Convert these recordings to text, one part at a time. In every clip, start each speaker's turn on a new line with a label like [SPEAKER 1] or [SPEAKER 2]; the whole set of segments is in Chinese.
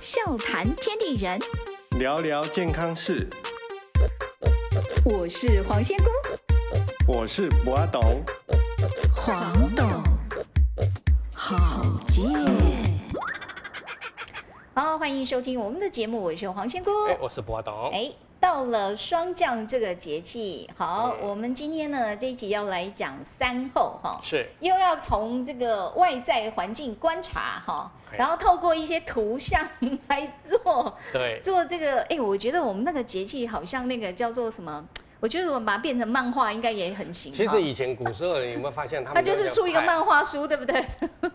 [SPEAKER 1] 笑谈天地人，
[SPEAKER 2] 聊聊健康事，
[SPEAKER 1] 我是黄仙姑
[SPEAKER 2] 我是博阿董。
[SPEAKER 1] 黄董，好贱。好，欢迎收听我们的节目，我是黄仙姑。
[SPEAKER 3] 哎、我是博董。
[SPEAKER 1] 哦哎，到了霜降这个节气，好，
[SPEAKER 3] 嗯
[SPEAKER 1] 我们今天呢这一集要来讲三后哈，
[SPEAKER 3] 是，
[SPEAKER 1] 又要从这个外在环境观察哈，
[SPEAKER 3] 哎
[SPEAKER 1] 然后透过一些图像来做
[SPEAKER 3] 对，
[SPEAKER 1] 做这个。哎，我觉得我们那个节气好像那个叫做什么？我觉得我们把它变成漫画应该也很行。
[SPEAKER 3] 其
[SPEAKER 1] 哈
[SPEAKER 3] 实以前古时候你有没有发现他
[SPEAKER 1] 它
[SPEAKER 3] 们都
[SPEAKER 1] 就
[SPEAKER 3] 叫
[SPEAKER 1] 是出一个
[SPEAKER 3] 派，
[SPEAKER 1] 漫画书，对不对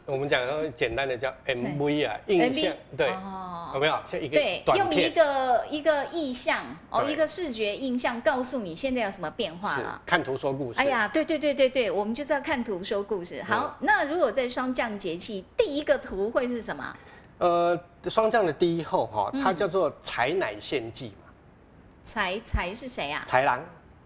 [SPEAKER 3] 我们讲说简单的叫 MV 啊，印象
[SPEAKER 1] MV
[SPEAKER 3] 对，有
[SPEAKER 1] 哦，
[SPEAKER 3] 没有像一个
[SPEAKER 1] 对，
[SPEAKER 3] 短
[SPEAKER 1] 用一
[SPEAKER 3] 片？
[SPEAKER 1] 个一个意象哦，
[SPEAKER 3] 对
[SPEAKER 1] 一个视觉印象告诉你现在有什么变化
[SPEAKER 3] 是嗯
[SPEAKER 1] 了。
[SPEAKER 3] 看图说故事。
[SPEAKER 1] 哎呀，对对对对对，我们就是要看图说故事。好，那如果在霜降节气，第一个图会是什么？
[SPEAKER 3] 呃，霜降的第一后哈，
[SPEAKER 1] 嗯
[SPEAKER 3] 它叫做采奶献祭嘛，
[SPEAKER 1] 豺豺是谁啊？
[SPEAKER 3] 豺狼，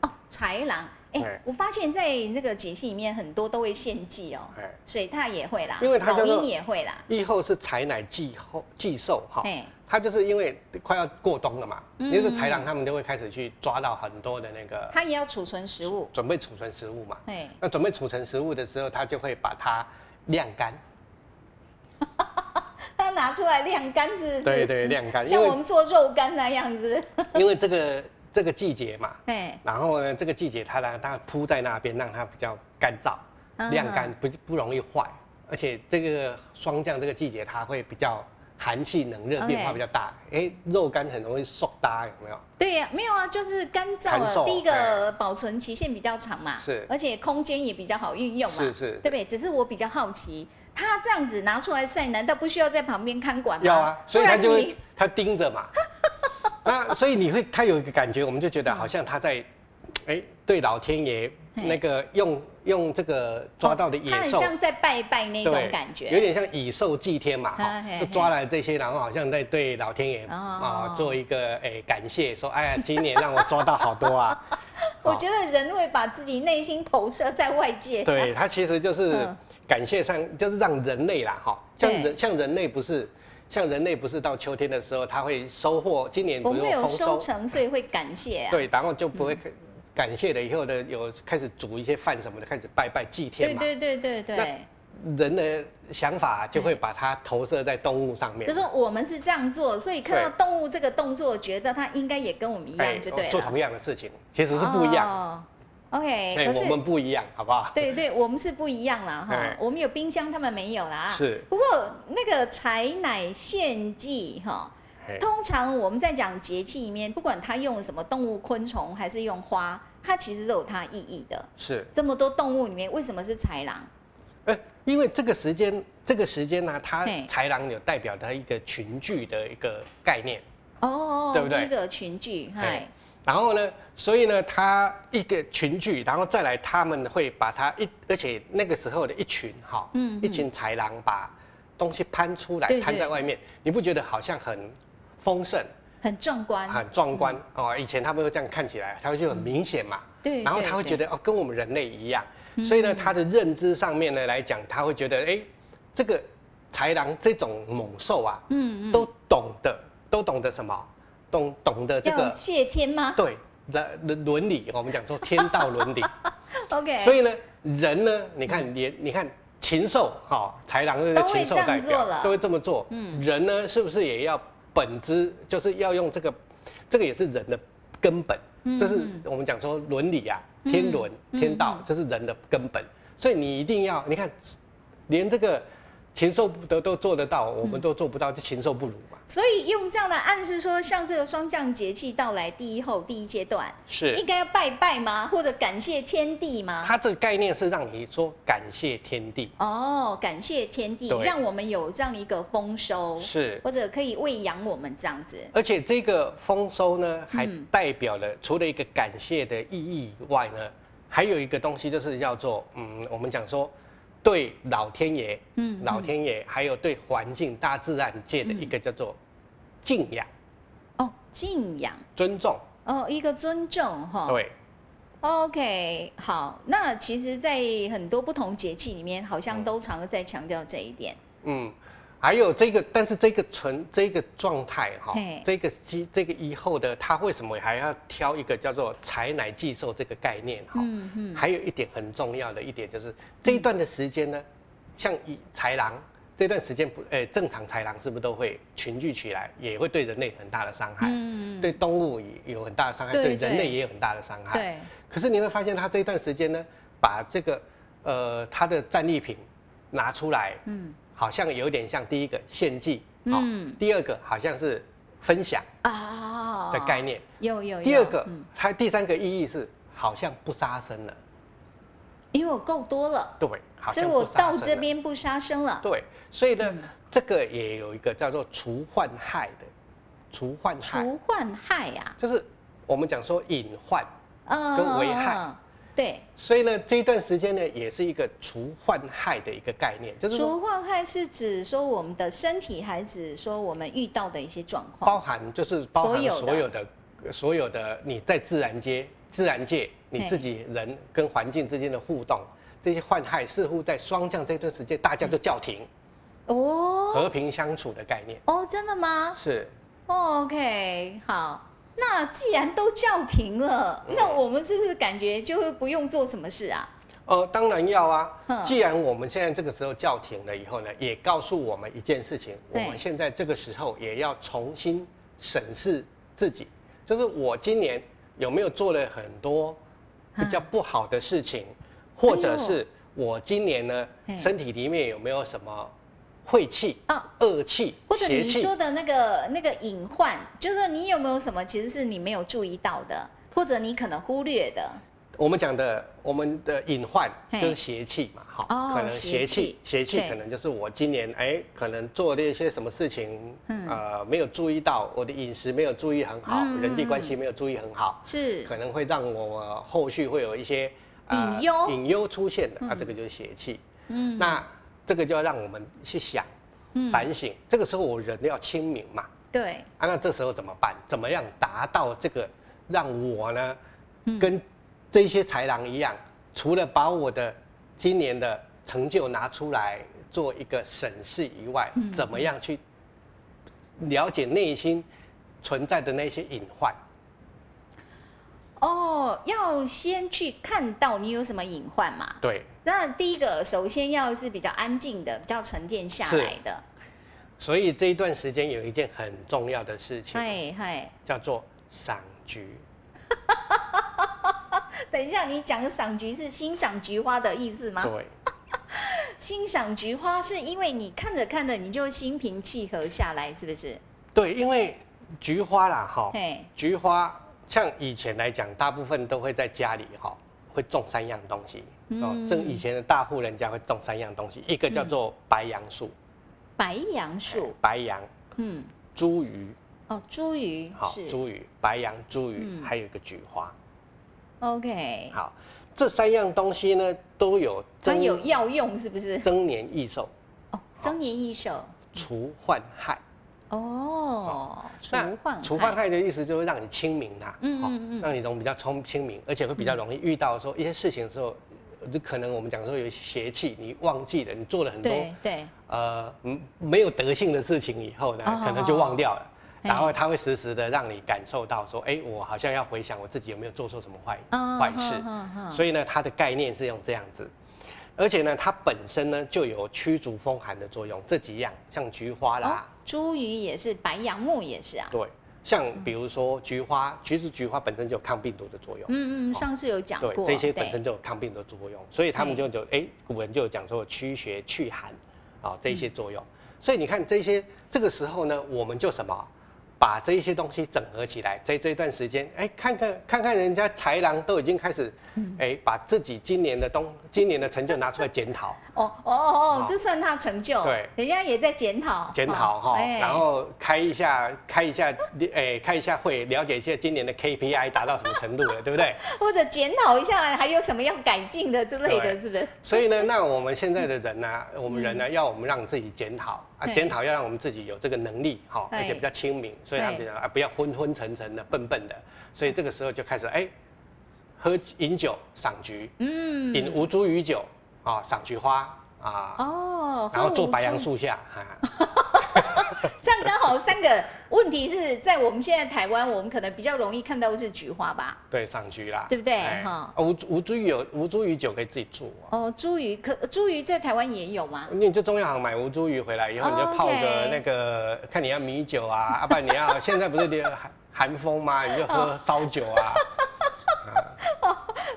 [SPEAKER 1] 哦，豺狼。哎
[SPEAKER 3] 哎，
[SPEAKER 1] 我发现在那个节气里面很多都会献祭哦，
[SPEAKER 3] 哎，
[SPEAKER 1] 水獭也会啦，
[SPEAKER 3] 因为它
[SPEAKER 1] 老
[SPEAKER 3] 叫做
[SPEAKER 1] 鹰也会啦，
[SPEAKER 3] 一后是采奶祭后祭寿哈，
[SPEAKER 1] 哎，
[SPEAKER 3] 它就是因为快要过冬了嘛，
[SPEAKER 1] 嗯
[SPEAKER 3] 就是豺狼他们就会开始去抓到很多的那个
[SPEAKER 1] 它也要储存食物，
[SPEAKER 3] 准备储存食物嘛，
[SPEAKER 1] 哎，
[SPEAKER 3] 那准备储存食物的时候，它就会把它晾干，
[SPEAKER 1] 它拿出来晾干是不是？
[SPEAKER 3] 对对，晾干，因
[SPEAKER 1] 像
[SPEAKER 3] 为
[SPEAKER 1] 我们做肉干那样子。
[SPEAKER 3] 因为这个这个季节嘛，
[SPEAKER 1] 哎，
[SPEAKER 3] 然后呢，这个季节它呢，它铺在那边，让它比较干燥，
[SPEAKER 1] 嗯
[SPEAKER 3] 晾干不不容易坏，而且这个霜降这个季节，它会比较寒气冷热
[SPEAKER 1] OK
[SPEAKER 3] 变化比较大，哎，肉干很容易缩搭，有没有？
[SPEAKER 1] 对呀、没有啊，就是干燥
[SPEAKER 3] 干
[SPEAKER 1] 啊。
[SPEAKER 3] 燥
[SPEAKER 1] 第一个保存期限比较长嘛，
[SPEAKER 3] 是
[SPEAKER 1] 而且空间也比较好运用嘛，
[SPEAKER 3] 是是
[SPEAKER 1] 对不对？只是我比较好奇，它这样子拿出来晒，难道不需要在旁边看管吗？
[SPEAKER 3] 要啊，所以
[SPEAKER 1] 不
[SPEAKER 3] 它
[SPEAKER 1] 然
[SPEAKER 3] 就
[SPEAKER 1] 你
[SPEAKER 3] 会它盯 着嘛，那所以你会它有一个感觉，我们就觉得好像它在，哎，对老天爷
[SPEAKER 1] 嗯嘿哦
[SPEAKER 3] 那个用用这个抓到的野
[SPEAKER 1] 它很
[SPEAKER 3] 兽。
[SPEAKER 1] 像在拜拜那种
[SPEAKER 3] 对
[SPEAKER 1] 感觉，
[SPEAKER 3] 有点像以兽祭天嘛，
[SPEAKER 1] 啊
[SPEAKER 3] 哈
[SPEAKER 1] 嘿，
[SPEAKER 3] 就抓来这些，然后好像在对老天爷
[SPEAKER 1] 哦
[SPEAKER 3] 啊做一个诶感谢，说哎呀，今年让我抓到好多 啊。
[SPEAKER 1] 我
[SPEAKER 3] 哦
[SPEAKER 1] 觉得人会把自己内心投射在外界。
[SPEAKER 3] 对，它其实就是
[SPEAKER 1] 嗯
[SPEAKER 3] 感谢上，就是让人类啦，哈，像
[SPEAKER 1] 对
[SPEAKER 3] 人像人类不是，像人类不是到秋天的时候，它会收获，今年
[SPEAKER 1] 我
[SPEAKER 3] 不
[SPEAKER 1] 们
[SPEAKER 3] 用
[SPEAKER 1] 有
[SPEAKER 3] 丰
[SPEAKER 1] 收
[SPEAKER 3] 收，
[SPEAKER 1] 成，所以会感谢啊。
[SPEAKER 3] 对，然后就不会感谢了以后呢，有开始煮一些饭什么的，开始拜拜祭天
[SPEAKER 1] 对
[SPEAKER 3] 嘛。
[SPEAKER 1] 对对对对，
[SPEAKER 3] 人的想法就会把它投射在动物上面
[SPEAKER 1] 就
[SPEAKER 3] 嘛。
[SPEAKER 1] 是我们是这样做，所以看到动物这个动作，觉得它应该也跟我们一样，就对了。
[SPEAKER 3] 哎哦做同样的事情，其实是不一样。
[SPEAKER 1] 哦、OK，、
[SPEAKER 3] 哎，
[SPEAKER 1] 可
[SPEAKER 3] 我
[SPEAKER 1] 是
[SPEAKER 3] 们不一样，好不好？
[SPEAKER 1] 对对，我们是不一样啦哈
[SPEAKER 3] 哎，
[SPEAKER 1] 我们有冰箱，他们没有啦。。
[SPEAKER 3] 是，
[SPEAKER 1] 不过那个柴奶献祭哈，
[SPEAKER 3] 哎
[SPEAKER 1] 通常我们在讲节气里面，不管它用什么动物、昆虫还是用花，它其实都有它意义的。
[SPEAKER 3] 是，
[SPEAKER 1] 这么多动物里面，为什么是豺狼？
[SPEAKER 3] 哎，因为这个时间，这个时间呢，它
[SPEAKER 1] 嘿
[SPEAKER 3] 豺狼有代表它一个群聚的一个概念，
[SPEAKER 1] 哦，
[SPEAKER 3] 对不对
[SPEAKER 1] 第一个群聚，嗨
[SPEAKER 3] 哎，然后呢，所以呢，它一个群聚，然后再来，他们会把它一，而且那个时候的一群哈，
[SPEAKER 1] 嗯
[SPEAKER 3] 一群豺狼把东西攀出来
[SPEAKER 1] 对，
[SPEAKER 3] 摊
[SPEAKER 1] 对
[SPEAKER 3] 在外面，你不觉得好像很丰盛、
[SPEAKER 1] 很嗯壮观，
[SPEAKER 3] 很壮观哦？以前他们会这样看起来，它就很明显嘛。
[SPEAKER 1] 对，
[SPEAKER 3] 然后他会觉
[SPEAKER 1] 得
[SPEAKER 3] 得哦，跟我们人类一样，
[SPEAKER 1] 嗯
[SPEAKER 3] 所以呢，他的认知上面呢来讲，他会觉得哎、这个豺狼这种猛兽啊，
[SPEAKER 1] 嗯嗯，
[SPEAKER 3] 都懂得，都懂得什么？懂懂得这
[SPEAKER 1] 要
[SPEAKER 3] 个
[SPEAKER 1] 谢天吗
[SPEAKER 3] 对伦伦伦理，我们讲说天道伦理。
[SPEAKER 1] ？OK，
[SPEAKER 3] 所以呢，人呢，你看连你看禽兽哈，豺狼这个禽兽代
[SPEAKER 1] 嗯都会这样做了
[SPEAKER 3] 表都会这么做，
[SPEAKER 1] 嗯
[SPEAKER 3] 人呢是不是也要本知，就是要用这个，这个也是人的根本。
[SPEAKER 1] 嗯
[SPEAKER 3] 这是
[SPEAKER 1] 嗯
[SPEAKER 3] 我们讲说伦理啊，
[SPEAKER 1] 嗯
[SPEAKER 3] 天伦、
[SPEAKER 1] 嗯
[SPEAKER 3] 天道
[SPEAKER 1] 嗯，
[SPEAKER 3] 这是人的根本。所以你一定要，你看，连这个禽兽不得都做得
[SPEAKER 1] 嗯
[SPEAKER 3] 到，我们都做不到，就禽兽不如嘛。
[SPEAKER 1] 所以用这样的暗示说，像这个霜降节气到来第一后第一阶段，应
[SPEAKER 3] 是，
[SPEAKER 1] 该要拜拜吗？或者感谢天地吗？
[SPEAKER 3] 它这个概念是让你说感谢天地，
[SPEAKER 1] 哦，感谢天地，
[SPEAKER 3] 对
[SPEAKER 1] 让我们有这样一个丰收，
[SPEAKER 3] 是，
[SPEAKER 1] 或者可以喂养我们这样子。
[SPEAKER 3] 而且这个丰收呢，还
[SPEAKER 1] 嗯
[SPEAKER 3] 代表了除了一个感谢的意义以外呢，还有一个东西就是叫做，嗯，我们讲说对老天爷、
[SPEAKER 1] 嗯，
[SPEAKER 3] 老天爷，还有对环境、大自然界的一个叫做敬仰、
[SPEAKER 1] 哦，敬仰
[SPEAKER 3] 尊重。
[SPEAKER 1] 哦，一个尊重哈。
[SPEAKER 3] 对，
[SPEAKER 1] OK，好，那其实，在很多不同节气里面，好像
[SPEAKER 3] 嗯
[SPEAKER 1] 都常在强调这一点。
[SPEAKER 3] 嗯，还有这个，但是这个存这个状态哈
[SPEAKER 1] 嘿，
[SPEAKER 3] 这个机这个以后的，它为什么还要挑一个叫做采奶寄售这个概念哈？
[SPEAKER 1] 嗯嗯，
[SPEAKER 3] 还有一点很重要的一点就是这一段的时间呢，像以豺狼这段时间不，哎、正常豺狼是不是都会群聚起来，也会对人类很大的伤害，
[SPEAKER 1] 嗯，
[SPEAKER 3] 对动物也有很大的伤害，
[SPEAKER 1] 对
[SPEAKER 3] 对
[SPEAKER 1] 对
[SPEAKER 3] 人类也有很大的伤害。
[SPEAKER 1] 对，
[SPEAKER 3] 可是你会发现，他这一段时间呢，把这个呃他的战利品拿出来，
[SPEAKER 1] 嗯
[SPEAKER 3] 好像有点像第一个献祭，好、
[SPEAKER 1] 嗯
[SPEAKER 3] 第二个好像是分享
[SPEAKER 1] 啊
[SPEAKER 3] 的概念，
[SPEAKER 1] 有有有。
[SPEAKER 3] 第二个
[SPEAKER 1] 嗯，
[SPEAKER 3] 它第三个意义是好像不杀生了，
[SPEAKER 1] 因为我够多了，
[SPEAKER 3] 对，好
[SPEAKER 1] 所以
[SPEAKER 3] 像
[SPEAKER 1] 我
[SPEAKER 3] 不杀
[SPEAKER 1] 到
[SPEAKER 3] 生
[SPEAKER 1] 这
[SPEAKER 3] 了，
[SPEAKER 1] 边不杀生了。
[SPEAKER 3] 对，所以呢，
[SPEAKER 1] 嗯
[SPEAKER 3] 这个也有一个叫做除患害的，除患害
[SPEAKER 1] 除患害呀，
[SPEAKER 3] 就是我们讲说隐患，
[SPEAKER 1] 嗯，
[SPEAKER 3] 跟危害
[SPEAKER 1] 嗯，嗯对，
[SPEAKER 3] 所以呢，这一段时间呢，也是一个除患害的一个概念，就是说
[SPEAKER 1] 除患害是指说我们的身体，还指说我们遇到的一些状况？
[SPEAKER 3] 包含就是包
[SPEAKER 1] 所
[SPEAKER 3] 含
[SPEAKER 1] 有的
[SPEAKER 3] 所有的呃所有的你在自然界自然界你
[SPEAKER 1] 嘿
[SPEAKER 3] 自己人跟环境之间的互动，这些患害似乎在霜降这段时间大家就叫停，
[SPEAKER 1] 哦
[SPEAKER 3] 和平相处的概念
[SPEAKER 1] 哦，真的吗
[SPEAKER 3] 是
[SPEAKER 1] 哦？OK，好。那既然都叫停了，
[SPEAKER 3] 嗯
[SPEAKER 1] 那我们是不是感觉就不用做什么事啊？
[SPEAKER 3] 呃当然要
[SPEAKER 1] 嗯
[SPEAKER 3] 啊，既然我们现在这个时候叫停了以后呢，也告诉我们一件事情，我
[SPEAKER 1] 对
[SPEAKER 3] 们现在这个时候也要重新审视自己，就是我今年有没有做了很多比较不好的事情，或者是我今年呢
[SPEAKER 1] 哎嘿
[SPEAKER 3] 身体里面有没有什么晦气、
[SPEAKER 1] 啊，
[SPEAKER 3] 恶气、
[SPEAKER 1] 或者
[SPEAKER 3] 邪
[SPEAKER 1] 你
[SPEAKER 3] 气
[SPEAKER 1] 说？的那个那个隐患，就是说你有没有什么其实是你没有注意到的，或者你可能忽略的？
[SPEAKER 3] 我们讲的我们的隐患
[SPEAKER 1] 嘿
[SPEAKER 3] 就是邪气嘛，好，
[SPEAKER 1] 哦
[SPEAKER 3] 可能
[SPEAKER 1] 邪气
[SPEAKER 3] 邪气，邪气
[SPEAKER 1] 对
[SPEAKER 3] 可能就是我今年哎，可能做了一些什么事情，
[SPEAKER 1] 嗯
[SPEAKER 3] 呃，没有注意到我的饮食没有注意很好，
[SPEAKER 1] 嗯
[SPEAKER 3] 人际关系
[SPEAKER 1] 嗯
[SPEAKER 3] 没有注意很好，
[SPEAKER 1] 是
[SPEAKER 3] 可能会让我呃后续会有一些呃
[SPEAKER 1] 隐忧
[SPEAKER 3] 隐忧出现的，那、啊
[SPEAKER 1] 嗯
[SPEAKER 3] 这个就是邪气。
[SPEAKER 1] 嗯
[SPEAKER 3] 那这个就要让我们去想。
[SPEAKER 1] 嗯
[SPEAKER 3] 反省。这个时候我人要清明嘛，
[SPEAKER 1] 对，
[SPEAKER 3] 啊，那这时候怎么办？怎么样达到这个让我呢
[SPEAKER 1] 嗯，
[SPEAKER 3] 跟这些豺狼一样，除了把我的今年的成就拿出来做一个审视以外
[SPEAKER 1] 嗯，
[SPEAKER 3] 怎么样去了解内心存在的那些隐患？
[SPEAKER 1] 哦，要先去看到你有什么隐患嘛？
[SPEAKER 3] 对，
[SPEAKER 1] 那第一个，首先要是比较安静的，比较沉淀下来的，
[SPEAKER 3] 所以这一段时间有一件很重要的事情，
[SPEAKER 1] 嗨嗨。
[SPEAKER 3] 叫做赏菊。
[SPEAKER 1] 等一下，你讲赏菊是欣赏菊花的意思吗？
[SPEAKER 3] 对，
[SPEAKER 1] 欣赏菊花是因为你看着看着你就心平气和下来，是不是？
[SPEAKER 3] 对，因为菊花啦，哈，
[SPEAKER 1] 嘿，
[SPEAKER 3] 菊花像以前来讲，大部分都会在家里哈、会种三样东西。哦
[SPEAKER 1] 嗯，
[SPEAKER 3] 这以前的大户人家会种三样东西，一个叫做白杨树，
[SPEAKER 1] 白杨
[SPEAKER 3] 哎
[SPEAKER 1] 树，
[SPEAKER 3] 白杨、
[SPEAKER 1] 嗯，
[SPEAKER 3] 茱萸，
[SPEAKER 1] 哦，茱萸
[SPEAKER 3] 好、
[SPEAKER 1] 是
[SPEAKER 3] 茱萸、白杨、茱
[SPEAKER 1] 嗯
[SPEAKER 3] 萸，还有一个菊花。
[SPEAKER 1] ，OK，
[SPEAKER 3] 好，这三样东西呢都有
[SPEAKER 1] 它
[SPEAKER 3] 增
[SPEAKER 1] 有药用是不是？
[SPEAKER 3] 增年益寿、
[SPEAKER 1] 哦，增年益寿，
[SPEAKER 3] 除患害。
[SPEAKER 1] 哦，哎除
[SPEAKER 3] 那
[SPEAKER 1] 患
[SPEAKER 3] 除患，害的意思就是让你清明啦、
[SPEAKER 1] 嗯
[SPEAKER 3] 嗯
[SPEAKER 1] 嗯嗯
[SPEAKER 3] 让你容比较聪清明，而且会比较容易遇到说一些事情的时候，就可能我们讲说有邪气，你忘记了，你做了很多
[SPEAKER 1] 对对，
[SPEAKER 3] 呃嗯没有德性的事情以后呢，
[SPEAKER 1] 哦
[SPEAKER 3] 可能就忘掉了。
[SPEAKER 1] 哎
[SPEAKER 3] 然后它会时时的让你感受到说，哎，我好像要回想我自己有没有做错什么坏、
[SPEAKER 1] 嗯
[SPEAKER 3] 坏事。所
[SPEAKER 1] 以
[SPEAKER 3] 以呢，它的概念是用这样子，而且呢，它本身呢就有驱逐风寒的作用。这几样像菊花啦，
[SPEAKER 1] 哦茱萸也是，白杨木也是啊。
[SPEAKER 3] 对，像比如说菊花，其实菊花本身就有抗病毒的作用，
[SPEAKER 1] 嗯嗯，上次有讲
[SPEAKER 3] 对
[SPEAKER 1] 过，，
[SPEAKER 3] 这些本身就有抗病毒的作用，所以他们就就哎，古人就有讲说驱邪去寒啊、这一
[SPEAKER 1] 嗯
[SPEAKER 3] 些作用。所以你看这些这个时候呢，我们就什么？把这一些东西整合起来，在这一段时间，哎，看看看看人家豺狼都已经开始，
[SPEAKER 1] 嗯
[SPEAKER 3] 哎，把自己今年的东今年的成就拿出来检讨，
[SPEAKER 1] 哦哦哦
[SPEAKER 3] 哦，
[SPEAKER 1] 这算他成就，
[SPEAKER 3] 对，
[SPEAKER 1] 人家也在检讨，
[SPEAKER 3] 检讨
[SPEAKER 1] 哦
[SPEAKER 3] 哈，
[SPEAKER 1] 哎
[SPEAKER 3] 然后开一下开一下，哎，开一下会，了解一下今年的 KPI 达到什么程度了，对 不对？
[SPEAKER 1] 或者检讨一下还有什么要改进的之类的，
[SPEAKER 3] 对
[SPEAKER 1] 是不是？
[SPEAKER 3] 所以呢，那我们现在的人呢、啊我们人呢、要我们让自己检讨啊，
[SPEAKER 1] 嗯对
[SPEAKER 3] 检讨要让我们自己有这个能力哈，
[SPEAKER 1] 对
[SPEAKER 3] 而且比较清明，所以他们就讲啊，不要昏昏沉沉的、笨笨的，所以这个时候就开始哎，喝饮酒、赏菊，
[SPEAKER 1] 嗯，
[SPEAKER 3] 饮无茱萸酒啊，赏菊花，啊，
[SPEAKER 1] 哦，
[SPEAKER 3] 然后
[SPEAKER 1] 喝
[SPEAKER 3] 坐
[SPEAKER 1] 无
[SPEAKER 3] 白杨
[SPEAKER 1] 醋
[SPEAKER 3] 树下，啊、
[SPEAKER 1] 这样刚好三个问题是在我们现在台湾，我们可能比较容易看到的是菊花吧？
[SPEAKER 3] 对，赏菊啦，
[SPEAKER 1] 对不对
[SPEAKER 3] 哎
[SPEAKER 1] 哈
[SPEAKER 3] 啊吴吴茱萸有吴茱萸酒可以自己做、啊。
[SPEAKER 1] 哦，茱萸可茱萸在台湾也有吗？
[SPEAKER 3] 你就中药行买吴茱萸回来以后，
[SPEAKER 1] 哦
[SPEAKER 3] 你就泡个
[SPEAKER 1] OK
[SPEAKER 3] 那个，看你要米酒啊，要不然你要现在不是流寒寒风吗？你就喝烧酒 啊，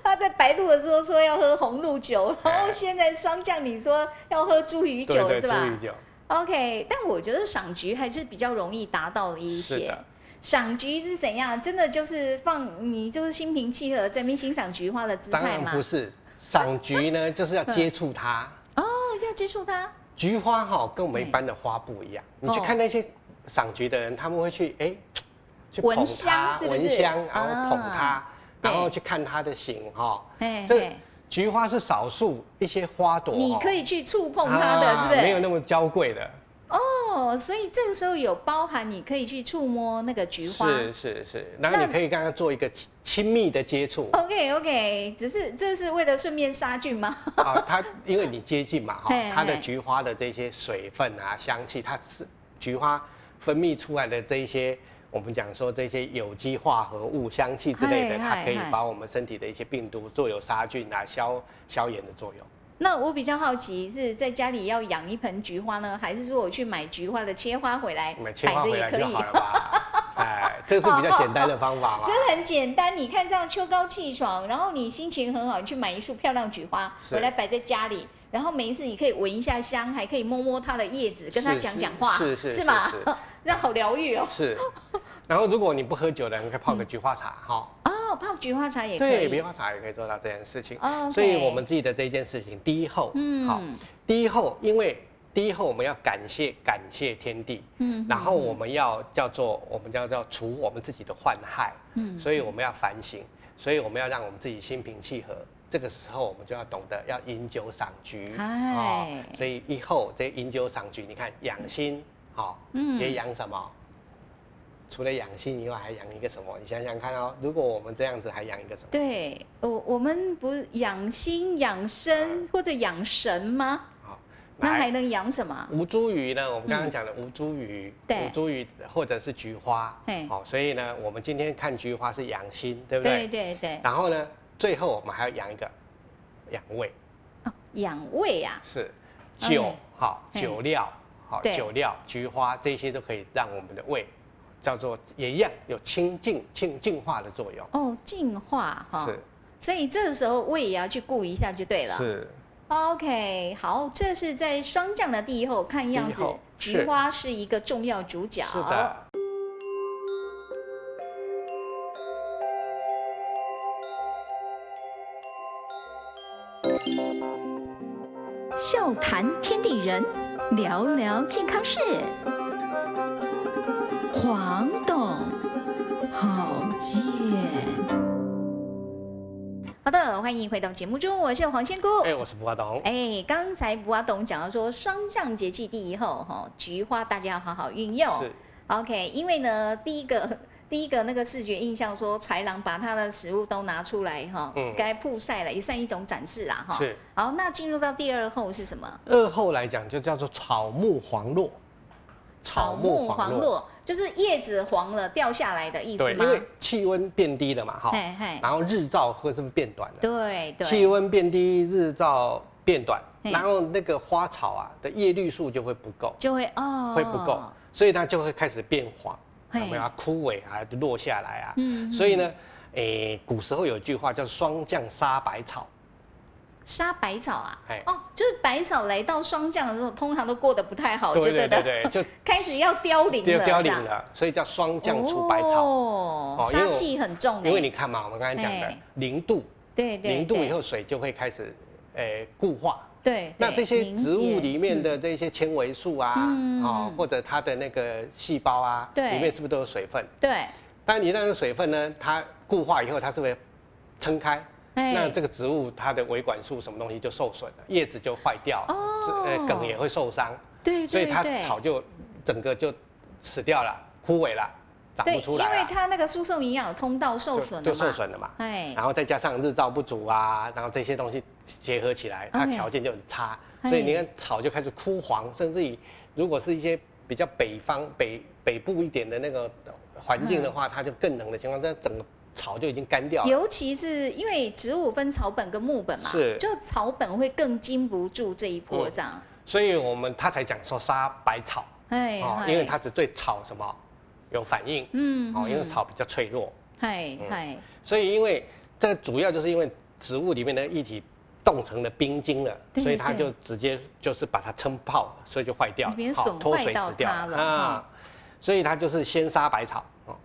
[SPEAKER 1] 他在白露的时候说要喝红露酒，
[SPEAKER 3] 哎
[SPEAKER 1] 然后现在霜降你说要喝茱萸
[SPEAKER 3] 对
[SPEAKER 1] 酒
[SPEAKER 3] 对，
[SPEAKER 1] 是
[SPEAKER 3] 茱萸
[SPEAKER 1] 吧
[SPEAKER 3] 酒，
[SPEAKER 1] ？OK，但我觉得赏菊还是比较容易达到的一
[SPEAKER 3] 是
[SPEAKER 1] 些
[SPEAKER 3] 的。
[SPEAKER 1] 赏菊是怎样？真的就是放你就是心平气和在那边欣赏菊花的姿
[SPEAKER 3] 当
[SPEAKER 1] 态
[SPEAKER 3] 然
[SPEAKER 1] 嘛？
[SPEAKER 3] 不是，赏菊呢就是要接触它。
[SPEAKER 1] 哦，要接触它
[SPEAKER 3] 菊花哈、跟我们一般的花不一样，
[SPEAKER 1] 嗯
[SPEAKER 3] 你去看那些赏菊的人，他们会去哎、去
[SPEAKER 1] 闻
[SPEAKER 3] 捧
[SPEAKER 1] 香
[SPEAKER 3] 它，
[SPEAKER 1] 是不
[SPEAKER 3] 闻
[SPEAKER 1] 是
[SPEAKER 3] 香，然后捧它，
[SPEAKER 1] 啊
[SPEAKER 3] 然后
[SPEAKER 1] 对
[SPEAKER 3] 去看它的形哈、
[SPEAKER 1] 嘿
[SPEAKER 3] 这
[SPEAKER 1] 嘿
[SPEAKER 3] 菊花是少数一些花朵、
[SPEAKER 1] 你
[SPEAKER 3] 哦
[SPEAKER 1] 可以去触碰它的，
[SPEAKER 3] 啊
[SPEAKER 1] 是不是？
[SPEAKER 3] 没有那么娇贵的，
[SPEAKER 1] 哦，所以这个时候有包含你可以去触摸那个菊花。
[SPEAKER 3] 是是是，然后
[SPEAKER 1] 那哦
[SPEAKER 3] 你可以跟它做一个亲亲密的接触
[SPEAKER 1] OK OK，只是这是为了顺便杀菌吗？
[SPEAKER 3] 啊，它因为你接近嘛哈
[SPEAKER 1] 嘿，
[SPEAKER 3] 它的
[SPEAKER 1] 嘿
[SPEAKER 3] 菊花的这些水分啊、香气，它是菊花分泌出来的这一些。我们讲说这些有机化合物、香气之类的，
[SPEAKER 1] 嗨
[SPEAKER 3] 它
[SPEAKER 1] 嗨
[SPEAKER 3] 可以
[SPEAKER 1] 嗨
[SPEAKER 3] 把我们身体的一些病毒做有杀菌啊、消消炎的作用。
[SPEAKER 1] 那我比较好奇是在家里要养一盆菊花呢，还是说我去买菊花的切花回来
[SPEAKER 3] 我们切
[SPEAKER 1] 哎摆
[SPEAKER 3] 花
[SPEAKER 1] 着
[SPEAKER 3] 回
[SPEAKER 1] 也
[SPEAKER 3] 来
[SPEAKER 1] 可
[SPEAKER 3] 就
[SPEAKER 1] 以哦
[SPEAKER 3] 好？了 吧？哎，这是比较简单的方法嘛。
[SPEAKER 1] 真的很简单，你看这样秋高气爽，然后你心情很好，你去买一束漂亮菊花
[SPEAKER 3] 是
[SPEAKER 1] 回来摆在家里，然后每一次你可以闻一下香，还可以摸摸它的叶子，跟它
[SPEAKER 3] 是
[SPEAKER 1] 讲
[SPEAKER 3] 是
[SPEAKER 1] 讲话，
[SPEAKER 3] 是是
[SPEAKER 1] 是吗
[SPEAKER 3] 是是？
[SPEAKER 1] 这样好疗愈哦。
[SPEAKER 3] 是，然后如果你不喝酒的，你可以泡
[SPEAKER 1] 嗯
[SPEAKER 3] 个菊花茶哈、
[SPEAKER 1] 哦，泡菊花茶也可
[SPEAKER 3] 对，
[SPEAKER 1] 以。
[SPEAKER 3] 菊花茶也可以做到这件事情。
[SPEAKER 1] 哦，OK
[SPEAKER 3] 所以我们自己的这件事情，第一后，
[SPEAKER 1] 嗯
[SPEAKER 3] 好，第一后，因为第一后我们要感谢感谢天地，
[SPEAKER 1] 嗯
[SPEAKER 3] 然后我们要叫做我们叫叫除我们自己的患害，
[SPEAKER 1] 嗯
[SPEAKER 3] 所以我们要反省，所以我们要让我们自己心平气和。这个时候我们就要懂得要饮酒赏菊，哦
[SPEAKER 1] 哎
[SPEAKER 3] 所以以后这饮酒赏菊，你看养心，好、
[SPEAKER 1] 嗯
[SPEAKER 3] 也养什么？除了养心以外，还养一个什么？你想想看哦，如果我们这样子还养一个什么？
[SPEAKER 1] 对，我我们不是养心、养生或者养神吗？
[SPEAKER 3] 好，
[SPEAKER 1] 那还
[SPEAKER 3] 来
[SPEAKER 1] 能养什么？
[SPEAKER 3] 吴茱萸呢？我们刚刚讲的吴茱萸，
[SPEAKER 1] 对
[SPEAKER 3] 吴茱萸或者是菊花
[SPEAKER 1] 嘿，
[SPEAKER 3] 好、所以呢，我们今天看菊花是养心，对不
[SPEAKER 1] 对
[SPEAKER 3] 对？
[SPEAKER 1] 对对，
[SPEAKER 3] 然后呢，最后我们还要养一个养胃，
[SPEAKER 1] 哦养胃啊，
[SPEAKER 3] 是
[SPEAKER 1] OK
[SPEAKER 3] 酒，好、
[SPEAKER 1] 嘿
[SPEAKER 3] 酒料，好、
[SPEAKER 1] 对
[SPEAKER 3] 酒料、菊花这些都可以让我们的胃叫做也一样有清净、净净化的作用，
[SPEAKER 1] 哦，净化哈、
[SPEAKER 3] 是
[SPEAKER 1] 所以这个时候胃也要去顾一下就对了。
[SPEAKER 3] 是
[SPEAKER 1] OK，好，这是在霜降的地后，看样
[SPEAKER 3] 地
[SPEAKER 1] 子
[SPEAKER 3] 后
[SPEAKER 1] 菊
[SPEAKER 3] 是
[SPEAKER 1] 花是一个重要主角。
[SPEAKER 3] 是的。
[SPEAKER 4] 笑谈天地人，聊聊健康事。黄董，好见。
[SPEAKER 1] 好的，欢迎回到节目中，我是黄仙姑。
[SPEAKER 3] 哎、我是不阿东，
[SPEAKER 1] 哎，刚才卜阿董讲到说，霜降节气第一后，哈，菊花大家要好好运用。
[SPEAKER 3] 是
[SPEAKER 1] OK，因为呢，第一个 第一个那个视觉印象说，豺狼把它的食物都拿出来哈
[SPEAKER 3] 嗯，
[SPEAKER 1] 该曝晒了，也算一种展示啦哈。
[SPEAKER 3] 是。
[SPEAKER 1] 好，那进入到第二后是什么？
[SPEAKER 3] 二后来讲就叫做草木黄落，
[SPEAKER 1] 黄落，就是叶子黄了掉下来的意思
[SPEAKER 3] 对，因
[SPEAKER 1] 吗？
[SPEAKER 3] 为气温变低了嘛，哈，
[SPEAKER 1] 嘿嘿
[SPEAKER 3] 然后日照会是不是变短了？
[SPEAKER 1] 对
[SPEAKER 3] 气
[SPEAKER 1] 对，
[SPEAKER 3] 温变低，日照变短，
[SPEAKER 1] 嘿
[SPEAKER 3] 然后那个花草啊的叶绿素就会不够，
[SPEAKER 1] 就会哦，
[SPEAKER 3] 会不够，所以它就会开始变黄，
[SPEAKER 1] 嘿
[SPEAKER 3] 有没有啊？枯萎啊，就落下来啊。
[SPEAKER 1] 嗯
[SPEAKER 3] 所以呢，诶，古时候有一句话叫“霜降杀百草
[SPEAKER 1] 杀百草啊
[SPEAKER 3] 哎，
[SPEAKER 1] 哦，就是百草来到霜降的时候，通常都过得不太”，好，哦就
[SPEAKER 3] 对
[SPEAKER 1] 对
[SPEAKER 3] 对
[SPEAKER 1] 的
[SPEAKER 3] 对，对，就
[SPEAKER 1] 开始要凋零
[SPEAKER 3] 凋
[SPEAKER 1] 了，
[SPEAKER 3] 凋
[SPEAKER 1] 是
[SPEAKER 3] 零
[SPEAKER 1] 吧
[SPEAKER 3] 了，所以叫霜降除百草。
[SPEAKER 1] 哦
[SPEAKER 3] 哦，因为
[SPEAKER 1] 杀
[SPEAKER 3] 我
[SPEAKER 1] 气很重哎，
[SPEAKER 3] 因为你看嘛，我们刚才讲的
[SPEAKER 1] 哎
[SPEAKER 3] 零度，
[SPEAKER 1] 对对
[SPEAKER 3] 零度
[SPEAKER 1] 对
[SPEAKER 3] 以后水就会开始诶固化。
[SPEAKER 1] 对，
[SPEAKER 3] 那
[SPEAKER 1] 对
[SPEAKER 3] 这些
[SPEAKER 1] 凝
[SPEAKER 3] 植物
[SPEAKER 1] 结
[SPEAKER 3] 里面的这些纤维素啊，
[SPEAKER 1] 嗯
[SPEAKER 3] 哦
[SPEAKER 1] 嗯，
[SPEAKER 3] 或者它的那个细胞啊，
[SPEAKER 1] 对
[SPEAKER 3] 里面是不是都有水分？
[SPEAKER 1] 对，
[SPEAKER 3] 但你那个水分呢，它固化以后，它是会撑开，
[SPEAKER 1] 哎
[SPEAKER 3] 那这个植物它的维管束什么东西就受损了，叶子就坏掉了，
[SPEAKER 1] 哦
[SPEAKER 3] 是呃梗也会受伤，
[SPEAKER 1] 对对对，
[SPEAKER 3] 所以它草就整个就死掉了，枯萎了。长
[SPEAKER 1] 对，
[SPEAKER 3] 不出
[SPEAKER 1] 因
[SPEAKER 3] 来啊、
[SPEAKER 1] 为它那个输送营养通道受
[SPEAKER 3] 就
[SPEAKER 1] 损了
[SPEAKER 3] 就
[SPEAKER 1] 嘛，
[SPEAKER 3] 受损了嘛。
[SPEAKER 1] 哎，
[SPEAKER 3] 然后再加上日照不足啊，然后这些东西结合起来，它
[SPEAKER 1] OK
[SPEAKER 3] 条件就很差，
[SPEAKER 1] 哎
[SPEAKER 3] 所以你看草就开始枯黄，甚至于如果是一些比较北方北北部一点的那个环境的
[SPEAKER 1] 嗯
[SPEAKER 3] 话，它就更冷的情况下，整个草就已经干掉了。
[SPEAKER 1] 尤其是因为植物分草本跟木本嘛，
[SPEAKER 3] 是
[SPEAKER 1] 就草本会更经不住这一波
[SPEAKER 3] 嗯
[SPEAKER 1] 这样，
[SPEAKER 3] 所以我们他才讲说杀百草
[SPEAKER 1] 哎，
[SPEAKER 3] 哦，
[SPEAKER 1] 嗨
[SPEAKER 3] 因为它只对草什么有反应
[SPEAKER 1] 嗯，
[SPEAKER 3] 哦，因为
[SPEAKER 1] 嗯，哎
[SPEAKER 3] 草比较脆弱，
[SPEAKER 1] 嗨
[SPEAKER 3] 嗯
[SPEAKER 1] 嗨，
[SPEAKER 3] 所以因为这个主要就是因为植物里面的液体冻成了冰晶了，
[SPEAKER 1] 对
[SPEAKER 3] 所以它
[SPEAKER 1] 对
[SPEAKER 3] 就直接就是把它撑泡，所以就坏掉了哦
[SPEAKER 1] 里面，损
[SPEAKER 3] 脱
[SPEAKER 1] 坏
[SPEAKER 3] 水
[SPEAKER 1] 到
[SPEAKER 3] 死掉
[SPEAKER 1] 它了哈
[SPEAKER 3] 啊。所以它就是先杀百草哦，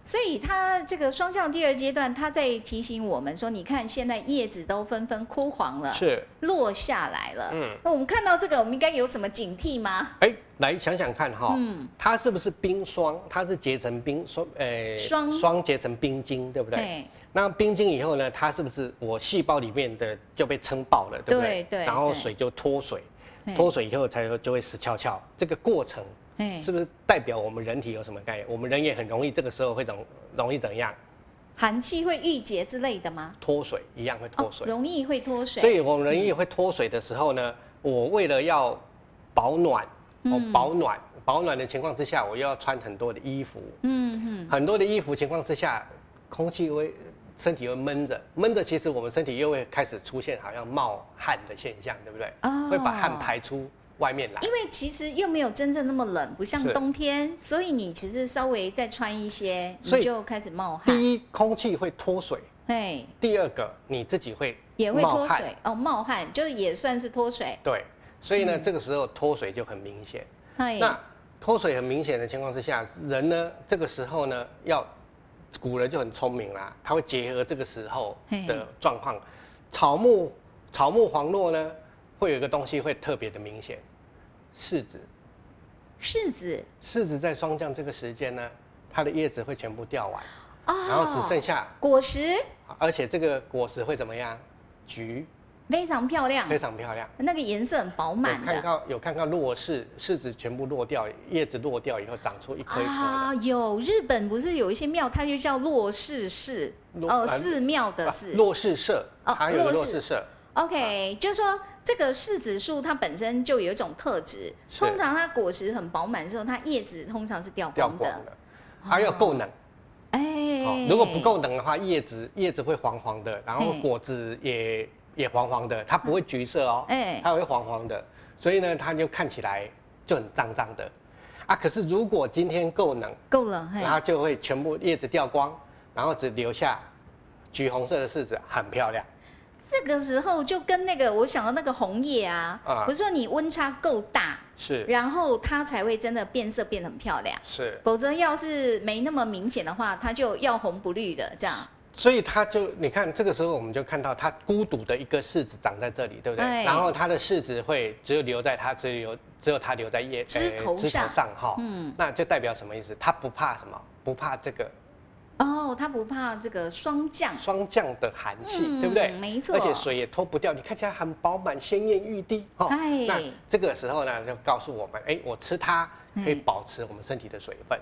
[SPEAKER 1] 所以它这个霜降第二阶段，它在提醒我们说，你看现在叶子都纷纷枯黄了，
[SPEAKER 3] 是，
[SPEAKER 1] 落下来了。
[SPEAKER 3] 嗯，
[SPEAKER 1] 那我们看到这个，我们应该有什么警惕吗？
[SPEAKER 3] 哎，来想想看哈、
[SPEAKER 1] 嗯
[SPEAKER 3] 它是不是冰霜？它是结成冰霜，诶、
[SPEAKER 1] 霜
[SPEAKER 3] 霜结成冰晶，对不对？
[SPEAKER 1] 哎，
[SPEAKER 3] 那冰晶以后呢，它是不是我细胞里面的就被撑爆了，对不对？
[SPEAKER 1] 对对
[SPEAKER 3] 然后
[SPEAKER 1] 对
[SPEAKER 3] 水就脱水，
[SPEAKER 1] 哎
[SPEAKER 3] 脱水以后才就会死翘翘，这个过程
[SPEAKER 1] 哎
[SPEAKER 3] 是不是代表我们人体有什么概念？我们人也很容易这个时候会怎容易怎样
[SPEAKER 1] 寒气会郁结之类的吗？哦
[SPEAKER 3] 脱水，一样会脱水。
[SPEAKER 1] 容易会脱水。
[SPEAKER 3] 所以我们人也会脱水的时候呢，我为了要保暖，哦
[SPEAKER 1] 嗯
[SPEAKER 3] 保暖，保暖的情况之下，我又要穿很多的衣服，
[SPEAKER 1] 嗯嗯，
[SPEAKER 3] 很多的衣服情况之下，空气会身体会闷着，闷着其实我们身体又会开始出现好像冒汗的现象，对不对？
[SPEAKER 1] 哦
[SPEAKER 3] 会把汗排出外面来。
[SPEAKER 1] 因为其实又没有真正那么冷，不像
[SPEAKER 3] 是
[SPEAKER 1] 冬天，所以你其实稍微再穿一些，
[SPEAKER 3] 所
[SPEAKER 1] 你
[SPEAKER 3] 以
[SPEAKER 1] 就开始冒汗。
[SPEAKER 3] 第一，空气会脱水；
[SPEAKER 1] 哎，
[SPEAKER 3] 第二个，你自己会
[SPEAKER 1] 也会
[SPEAKER 3] 冒
[SPEAKER 1] 脱
[SPEAKER 3] 汗
[SPEAKER 1] 水哦，冒汗就也算是脱水。
[SPEAKER 3] 对，所以呢，这个时候脱水就很明显。
[SPEAKER 1] 哎，
[SPEAKER 3] 那脱水很明显的情况之下，人呢这个时候呢，要古人就很聪明啦，他会结合这个时候的状况，草木草木黄落呢，会有一个东西会特别的明显，柿子，
[SPEAKER 1] 柿子
[SPEAKER 3] 柿子在霜降这个时间呢，它的叶子会全部掉完，
[SPEAKER 1] 哦，
[SPEAKER 3] 然后只剩下，
[SPEAKER 1] 果实，
[SPEAKER 3] 而且这个果实会怎么样？橘，
[SPEAKER 1] 非常漂亮
[SPEAKER 3] 非，常漂亮。
[SPEAKER 1] 那个颜色很饱
[SPEAKER 3] 有
[SPEAKER 1] 满
[SPEAKER 3] 看
[SPEAKER 1] 的
[SPEAKER 3] 到有看到落柿，柿子全部落掉，叶子落掉以后长出一颗一颗
[SPEAKER 1] 啊
[SPEAKER 3] 的。。
[SPEAKER 1] 有日本不是有一些庙，它就叫落氏寺，
[SPEAKER 3] 落
[SPEAKER 1] 哦，
[SPEAKER 3] 啊
[SPEAKER 1] 寺庙的
[SPEAKER 3] 啊
[SPEAKER 1] 寺。
[SPEAKER 3] 落柿社，
[SPEAKER 1] 哦
[SPEAKER 3] 还有一个
[SPEAKER 1] 落
[SPEAKER 3] 落
[SPEAKER 1] 柿
[SPEAKER 3] 柿社，
[SPEAKER 1] OK，就是说这个柿子树它本身就有一种特质，
[SPEAKER 3] 是
[SPEAKER 1] 通常它果实很饱满的时候，它叶子通常是掉
[SPEAKER 3] 掉
[SPEAKER 1] 光
[SPEAKER 3] 光
[SPEAKER 1] 的。
[SPEAKER 3] 了，还要够冷哦
[SPEAKER 1] 哎，。
[SPEAKER 3] 如果不够冷的话，叶子叶子会黄黄的，然后
[SPEAKER 1] 嘿
[SPEAKER 3] 果子也也黄黄的，它不会橘色哦，
[SPEAKER 1] 哎
[SPEAKER 3] 它会黄黄的，所以呢，它就看起来就很脏脏的，啊，可是如果今天够冷，
[SPEAKER 1] 够了，嘿
[SPEAKER 3] 然，后就会全部叶子掉光，然后只留下橘红色的柿子，很漂亮。
[SPEAKER 1] 这个时候就跟那个我想到那个红叶啊，
[SPEAKER 3] 啊
[SPEAKER 1] 不是说你温差够大，
[SPEAKER 3] 是
[SPEAKER 1] 然后它才会真的变色变得很漂亮。
[SPEAKER 3] 是，
[SPEAKER 1] 否则要是没那么明显的话，它就要红不绿的这样。
[SPEAKER 3] 所以它就你看，这个时候我们就看到它孤独的一个柿子长在这里，对不对？
[SPEAKER 1] 对
[SPEAKER 3] 然后它的柿子会只有留在它只有留只有它留在叶哎
[SPEAKER 1] 枝头
[SPEAKER 3] 枝
[SPEAKER 1] 上
[SPEAKER 3] 头上哈，
[SPEAKER 1] 嗯，
[SPEAKER 3] 那就代表什么意思？它不怕什么？不怕这个
[SPEAKER 1] 哦，它不怕这个霜降，
[SPEAKER 3] 霜降的寒气，
[SPEAKER 1] 嗯
[SPEAKER 3] 对不对？
[SPEAKER 1] 没错
[SPEAKER 3] 而且水也脱不掉，你看起来很饱满、鲜艳欲滴哈。
[SPEAKER 1] 哎
[SPEAKER 3] 那这个时候呢，就告诉我们，哎，我吃它可以
[SPEAKER 1] 嗯
[SPEAKER 3] 保持我们身体的水分。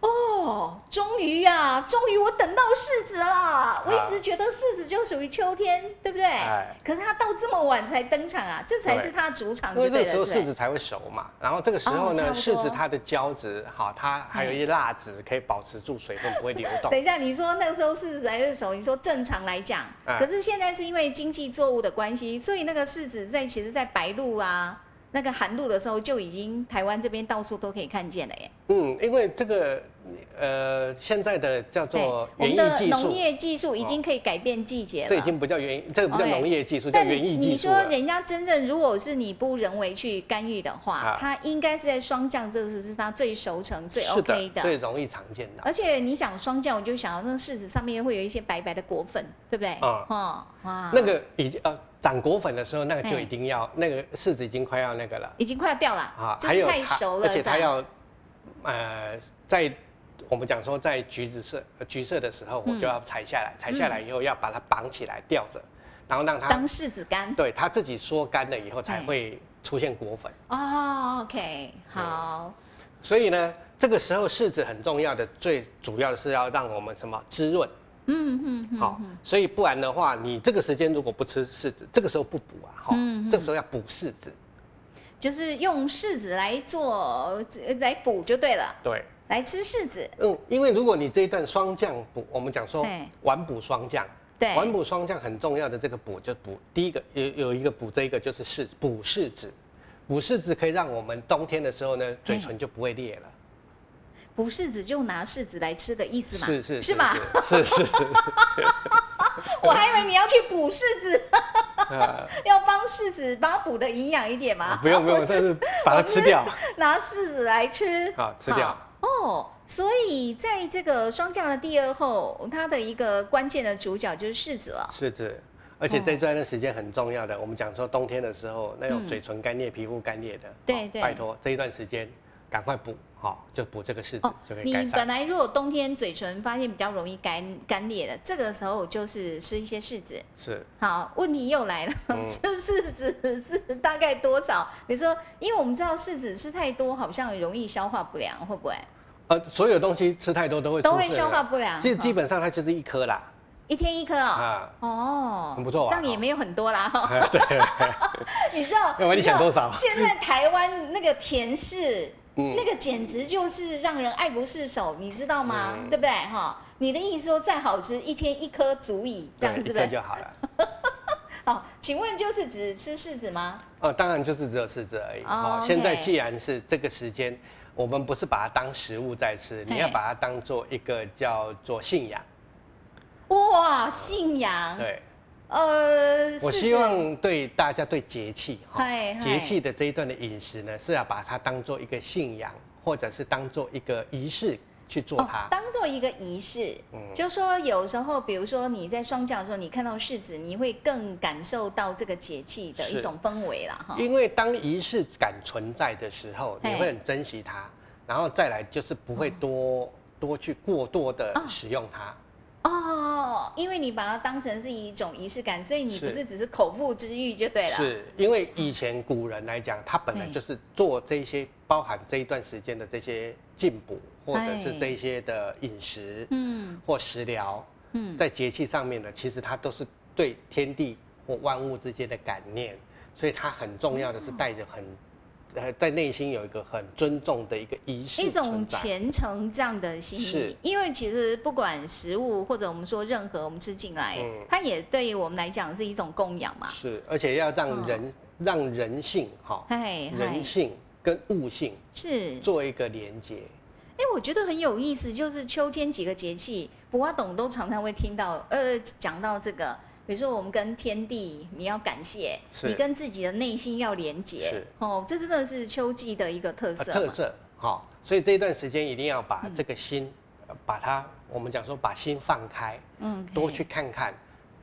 [SPEAKER 1] 哦，终于呀、终于我等到柿子啦！我一直觉得柿子就属于秋天，对不对？
[SPEAKER 3] 啊哎
[SPEAKER 1] 可是它到这么晚才登场啊，这才是它主场
[SPEAKER 3] 因
[SPEAKER 1] 就
[SPEAKER 3] 为
[SPEAKER 1] 对
[SPEAKER 3] 这个
[SPEAKER 1] 了，
[SPEAKER 3] 时候
[SPEAKER 1] 是
[SPEAKER 3] 柿
[SPEAKER 1] 不
[SPEAKER 3] 子
[SPEAKER 1] 是
[SPEAKER 3] 才会熟嘛，然后这个时候
[SPEAKER 1] 哦差
[SPEAKER 3] 呢，
[SPEAKER 1] 不
[SPEAKER 3] 柿
[SPEAKER 1] 多哎
[SPEAKER 3] 子它的胶质好，它还有一些蜡质可以保持住水分，不会流动
[SPEAKER 1] 等。一下，你说那个时候柿子还是熟，你说正常来讲，
[SPEAKER 3] 哎
[SPEAKER 1] 可是现在是因为经济作物的关系，所以那个柿子在其实，在白露啊。那个寒露的时候就已经台湾这边到处都可以看见了耶。
[SPEAKER 3] 嗯，因为这个呃，现在的叫做
[SPEAKER 1] 我
[SPEAKER 3] 园
[SPEAKER 1] 们
[SPEAKER 3] 艺
[SPEAKER 1] 的
[SPEAKER 3] 技
[SPEAKER 1] 农
[SPEAKER 3] 术，哦
[SPEAKER 1] 业技术已经可以改变季节了。
[SPEAKER 3] 这已经不叫园艺，这个不叫
[SPEAKER 1] OK
[SPEAKER 3] 农业技术，叫
[SPEAKER 1] 但
[SPEAKER 3] 园艺技
[SPEAKER 1] 你
[SPEAKER 3] 术啊
[SPEAKER 1] 说
[SPEAKER 3] 了。
[SPEAKER 1] 人家真正如果是你不人为去干预的话，
[SPEAKER 3] 啊
[SPEAKER 1] 它应该是在霜降这个时候是它最熟成、最
[SPEAKER 3] 是
[SPEAKER 1] OK 的。
[SPEAKER 3] 最容易常见的。
[SPEAKER 1] 而且你想霜降，我就想到那个柿子上面会有一些白白的果粉，对不对？
[SPEAKER 3] 啊
[SPEAKER 1] 哦，哇，
[SPEAKER 3] 那个已经呃长果粉的时候，那个就
[SPEAKER 1] 哎
[SPEAKER 3] 一定要那个柿子已经快要那个了
[SPEAKER 1] 已经快要掉了，
[SPEAKER 3] 啊，
[SPEAKER 1] 就是太
[SPEAKER 3] 它
[SPEAKER 1] 熟了，
[SPEAKER 3] 而且
[SPEAKER 1] 是吧
[SPEAKER 3] 它要呃在我们讲说在橘子色呃橘色的时候，我
[SPEAKER 1] 嗯
[SPEAKER 3] 就要采下来，采下来以后要把它绑起来吊着，然后让它
[SPEAKER 1] 当柿子干。
[SPEAKER 3] 对它自己缩干了以后才
[SPEAKER 1] 哎
[SPEAKER 3] 会出现果粉。
[SPEAKER 1] 哦，OK，好，
[SPEAKER 3] 所以呢，这个时候柿子很重要的，最主要的是要让我们什么滋润，
[SPEAKER 1] 嗯嗯嗯，
[SPEAKER 3] 好、所以不然的话，你这个时间如果不吃柿子，这个时候不补啊，哈、
[SPEAKER 1] 嗯嗯
[SPEAKER 3] 这个时候要补柿子，
[SPEAKER 1] 就是用柿子来做呃来补就对了，
[SPEAKER 3] 对，
[SPEAKER 1] 来吃柿子，
[SPEAKER 3] 嗯，因为如果你这一段双降补，我们讲说
[SPEAKER 1] 对
[SPEAKER 3] 完补双降，
[SPEAKER 1] 对，
[SPEAKER 3] 完补双降很重要的这个补就补第一个有有一个补这一个就是柿补柿子，补柿子可以让我们冬天的时候
[SPEAKER 1] 嗯
[SPEAKER 3] 呢嘴唇就不会裂了，
[SPEAKER 1] 补柿子就拿柿子来吃的意思嘛，
[SPEAKER 3] 是是
[SPEAKER 1] 是吧？？
[SPEAKER 3] 是是是，
[SPEAKER 1] 我还以为你要去补柿子，
[SPEAKER 3] 呃
[SPEAKER 1] 要帮柿子把它补的营养一点嘛，
[SPEAKER 3] 不用不用，
[SPEAKER 1] 不
[SPEAKER 3] 这
[SPEAKER 1] 是
[SPEAKER 3] 是把它吃掉，
[SPEAKER 1] 拿柿子来吃，
[SPEAKER 3] 好吃掉。
[SPEAKER 1] 哦，所以在这个霜降的第二后，它的一个关键的主角就是柿子了。
[SPEAKER 3] 柿子。而
[SPEAKER 1] 嗯
[SPEAKER 3] 且在这段时间很重要的，我们讲说冬天的时候，那种
[SPEAKER 1] 嗯
[SPEAKER 3] 嘴唇干裂、皮肤干裂的，
[SPEAKER 1] 对
[SPEAKER 3] 哦
[SPEAKER 1] 对
[SPEAKER 3] 拜托这一段时间赶快补，好，就补这个柿子
[SPEAKER 1] 哦
[SPEAKER 3] 就可以
[SPEAKER 1] 你
[SPEAKER 3] 改善
[SPEAKER 1] 本。来如果冬天嘴唇发现比较容易干干裂的，这个时候就是吃一些柿子。
[SPEAKER 3] 是，
[SPEAKER 1] 好，问题又来了，
[SPEAKER 3] 嗯
[SPEAKER 1] 吃柿子是大概多少？你说，因为我们知道柿子吃太多好像容易消化不良，会不会
[SPEAKER 3] 呃，所有东西吃太多都会
[SPEAKER 1] 都
[SPEAKER 3] 出
[SPEAKER 1] 会
[SPEAKER 3] 事
[SPEAKER 1] 消
[SPEAKER 3] 的
[SPEAKER 1] 化不良？
[SPEAKER 3] 其实基
[SPEAKER 1] 哦
[SPEAKER 3] 本上它就是一颗啦，
[SPEAKER 1] 一天一颗哦。
[SPEAKER 3] 啊，
[SPEAKER 1] 哦，
[SPEAKER 3] 很不错啊
[SPEAKER 1] 这样也没有很多啦。哈
[SPEAKER 3] 哎对，
[SPEAKER 1] 你知道？
[SPEAKER 3] 要不然你想
[SPEAKER 1] 知道
[SPEAKER 3] 多少
[SPEAKER 1] 现在台湾那个甜柿，
[SPEAKER 3] 嗯
[SPEAKER 1] 那个简直就是让人爱不释手，你知道吗？
[SPEAKER 3] 嗯
[SPEAKER 1] 对不对？哈，你的意思说再好吃，一天一颗足以，这样
[SPEAKER 3] 对
[SPEAKER 1] 是
[SPEAKER 3] 一
[SPEAKER 1] 不
[SPEAKER 3] 颗
[SPEAKER 1] 是？
[SPEAKER 3] 就好 了。
[SPEAKER 1] 好，请问就是只吃柿子吗？
[SPEAKER 3] 啊，当然就是只有柿子而已。
[SPEAKER 1] 哦
[SPEAKER 3] 哦，现在
[SPEAKER 1] OK
[SPEAKER 3] 既然是这个时间，我们不是把它当食物在吃，你要
[SPEAKER 1] 嘿
[SPEAKER 3] 把它当做一个叫做信仰。
[SPEAKER 1] 哇，信仰，
[SPEAKER 3] 对，
[SPEAKER 1] 呃，柿子
[SPEAKER 3] 我希望对大家对节气哈
[SPEAKER 1] 嗨，嗨
[SPEAKER 3] 节气的这一段的饮食呢，是要把它当做一个信仰，或者是当做一个仪式去做它。
[SPEAKER 1] 哦当做一个仪式，
[SPEAKER 3] 嗯
[SPEAKER 1] 就说有时候，比如说你在霜降的时候，你看到柿子，你会更感受到这个节气的一
[SPEAKER 3] 是
[SPEAKER 1] 种氛围啦，哈。
[SPEAKER 3] 因为当仪式感存在的时候，你
[SPEAKER 1] 哦嘿
[SPEAKER 3] 会很珍惜它，然后再来就是不会多多去过多的
[SPEAKER 1] 哦
[SPEAKER 3] 使用它。
[SPEAKER 1] 哦，因为你把它当成是一种仪式感，所以你
[SPEAKER 3] 是
[SPEAKER 1] 不是只是口腹之欲就对了。，
[SPEAKER 3] 是因为以前古人来讲，他本来
[SPEAKER 1] 对
[SPEAKER 3] 就是做这些包含这一段时间的这些进补，或者
[SPEAKER 1] 哎
[SPEAKER 3] 是这一些的饮食
[SPEAKER 1] 嗯
[SPEAKER 3] 或食疗，
[SPEAKER 1] 嗯，
[SPEAKER 3] 在节气上面呢，其实它都是对天地或万物之间的感念，所以它很重要的
[SPEAKER 1] 哦
[SPEAKER 3] 是带着很。呃，在内心有一个很尊重的一个仪式
[SPEAKER 1] 一
[SPEAKER 3] 存
[SPEAKER 1] 种
[SPEAKER 3] 在，
[SPEAKER 1] 虔诚这样的心意
[SPEAKER 3] 是，
[SPEAKER 1] 因为其实不管食物或者我们说任何我们吃进来，
[SPEAKER 3] 嗯
[SPEAKER 1] 它也对我们来讲是一种供养嘛。
[SPEAKER 3] 是，而且要让人、让人性哈，
[SPEAKER 1] 嗨嗨
[SPEAKER 3] 人，性跟悟性
[SPEAKER 1] 是，
[SPEAKER 3] 做一个连接，
[SPEAKER 1] 哎、我觉得很有意思，就是秋天几个节气，博阿董都常常会听到，呃，讲到这个，比如说我们跟天地，你要感谢，
[SPEAKER 3] 是
[SPEAKER 1] 你跟自己的内心要连结
[SPEAKER 3] 是，
[SPEAKER 1] 哦，这真的是秋季的一个特
[SPEAKER 3] 呃
[SPEAKER 1] 色嘛、嗯
[SPEAKER 3] 特色哈、所以这一段时间一定要把这个心，呃把它我们讲说把心放开，
[SPEAKER 1] 嗯，
[SPEAKER 3] 多去看看，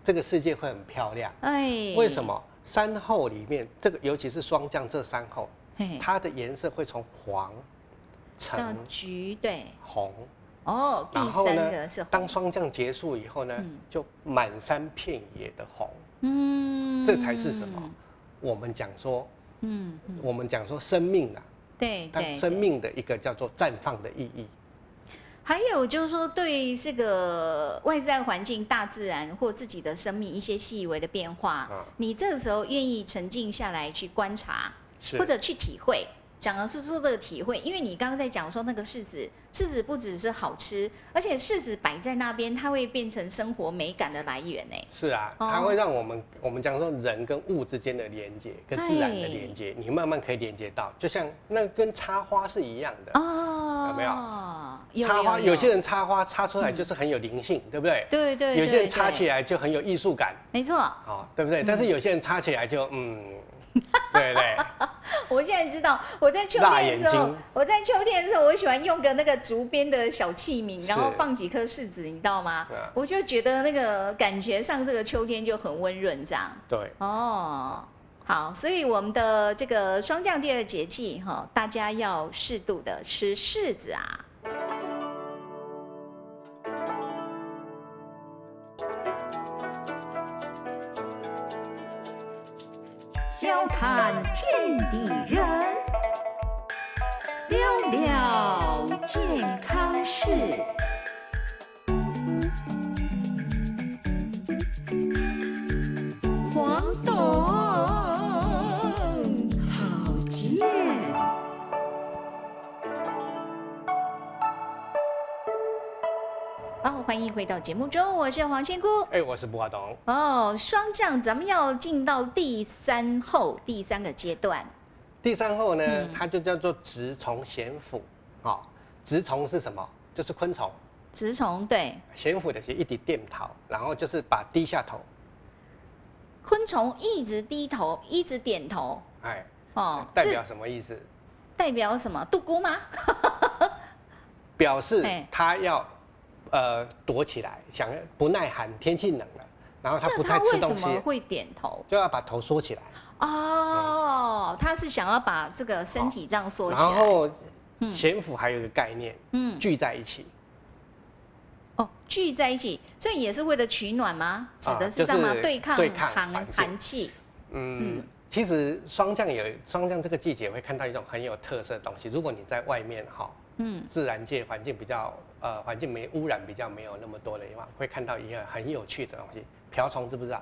[SPEAKER 3] 这个世界会很漂亮。
[SPEAKER 1] 哎，
[SPEAKER 3] 为什？么山后里面这个，尤其是霜降这山后，
[SPEAKER 1] 嘿，
[SPEAKER 3] 它的颜色会从黄、
[SPEAKER 1] 到
[SPEAKER 3] 橙、
[SPEAKER 1] 橘对，
[SPEAKER 3] 红，
[SPEAKER 1] 哦，第
[SPEAKER 3] 然后
[SPEAKER 1] 三
[SPEAKER 3] 呢
[SPEAKER 1] 个是，红
[SPEAKER 3] 当，霜降结束以后呢
[SPEAKER 1] 嗯，
[SPEAKER 3] 就满山遍野的红。
[SPEAKER 1] 嗯
[SPEAKER 3] 这才是什么？我们讲说，
[SPEAKER 1] 嗯嗯，
[SPEAKER 3] 我们讲说生命啊，
[SPEAKER 1] 对
[SPEAKER 3] 它
[SPEAKER 1] 对，
[SPEAKER 3] 生
[SPEAKER 1] 对
[SPEAKER 3] 命的一个叫做绽放的意义。
[SPEAKER 1] 还有就是说，对这个外在环境、大自然或自己的生命一些细微的变化，
[SPEAKER 3] 啊
[SPEAKER 1] 你这个时候愿意沉静下来去观察，
[SPEAKER 3] 是
[SPEAKER 1] 或者去体会。讲的是说这个体会，因为你刚刚在讲说那个柿子，柿子不只是好吃，而且柿子摆在那边，它会变成生活美感的来源呢。
[SPEAKER 3] 是啊，
[SPEAKER 1] 哦
[SPEAKER 3] 它会让我们我们讲说人跟物之间的连接，跟自然的连接，你慢慢可以连接到，就像那跟插花是一样的。
[SPEAKER 1] 哦，
[SPEAKER 3] 有没有
[SPEAKER 1] 有？
[SPEAKER 3] 啊插花，
[SPEAKER 1] 有有
[SPEAKER 3] 有些人插花插出来就是很有灵性，对不对？
[SPEAKER 1] 对对，嗯
[SPEAKER 3] 有些人插起
[SPEAKER 1] 来，
[SPEAKER 3] 来就很有艺术感，
[SPEAKER 1] 没错。
[SPEAKER 3] 啊，对不对？但是有些人插起来就嗯， 对不对？
[SPEAKER 1] 我现在知道，我在秋
[SPEAKER 3] 辣
[SPEAKER 1] 天的
[SPEAKER 3] 眼
[SPEAKER 1] 时候
[SPEAKER 3] 睛，
[SPEAKER 1] 我在秋天的时候，我喜欢用个那个竹编的小器皿，
[SPEAKER 3] 是
[SPEAKER 1] 然后放几颗柿子，你知道吗
[SPEAKER 3] 对啊？
[SPEAKER 1] 我就觉得那个感觉上，这个秋天就很温润这样。
[SPEAKER 3] 对，
[SPEAKER 1] 哦，好，所以我们的这个霜降第二节气哈，大家要适度的吃柿子啊。
[SPEAKER 4] 笑谈天地人，聊聊健健康室。黄董，好见。
[SPEAKER 1] 好，欢迎回到节目中，我是黄仙姑。
[SPEAKER 3] 哎、我是不阿东，
[SPEAKER 1] 哦，霜降，咱们要进到第三后第三个阶段，
[SPEAKER 3] 第三后呢，
[SPEAKER 1] 嗯
[SPEAKER 3] 它就叫做植虫咸腐。哦，植虫是什么？就是昆虫，
[SPEAKER 1] 植虫对
[SPEAKER 3] 咸腐的是一滴电桃，然后就是把低下头，
[SPEAKER 1] 昆虫一直低头，一直点头，
[SPEAKER 3] 哎，
[SPEAKER 1] 哦，
[SPEAKER 3] 代
[SPEAKER 1] 是
[SPEAKER 3] 表啊什么意思？
[SPEAKER 1] 代表什么？杜姑吗？
[SPEAKER 3] 表示
[SPEAKER 1] 哎
[SPEAKER 3] 它要呃躲起来，想不耐寒，天气冷了，然后它不
[SPEAKER 1] 那它
[SPEAKER 3] 太吃嗯
[SPEAKER 1] 为
[SPEAKER 3] 东
[SPEAKER 1] 什
[SPEAKER 3] 西
[SPEAKER 1] 么，会点头？
[SPEAKER 3] 就要把头缩起来，
[SPEAKER 1] 哦，它是想要把这个身体这样缩
[SPEAKER 3] 然
[SPEAKER 1] 起来，
[SPEAKER 3] 后
[SPEAKER 1] 嗯
[SPEAKER 3] 咸腐还有一个概念，
[SPEAKER 1] 嗯，
[SPEAKER 3] 聚在一起，
[SPEAKER 1] 哦，聚在一起，这也是为了取暖吗？指的是这样
[SPEAKER 3] 啊就
[SPEAKER 1] 吗？
[SPEAKER 3] 是
[SPEAKER 1] 对抗
[SPEAKER 3] 对抗
[SPEAKER 1] 寒
[SPEAKER 3] 寒气
[SPEAKER 1] 寒气，
[SPEAKER 3] 嗯
[SPEAKER 1] 嗯，
[SPEAKER 3] 其实霜降有霜降这个季节会看到一种很有特色的东西。如果你在外面哈，
[SPEAKER 1] 嗯，
[SPEAKER 3] 自然界环境比较呃环境没污染比较没有那么多的地方，会看到一个很有趣的东西，瓢虫知不知道？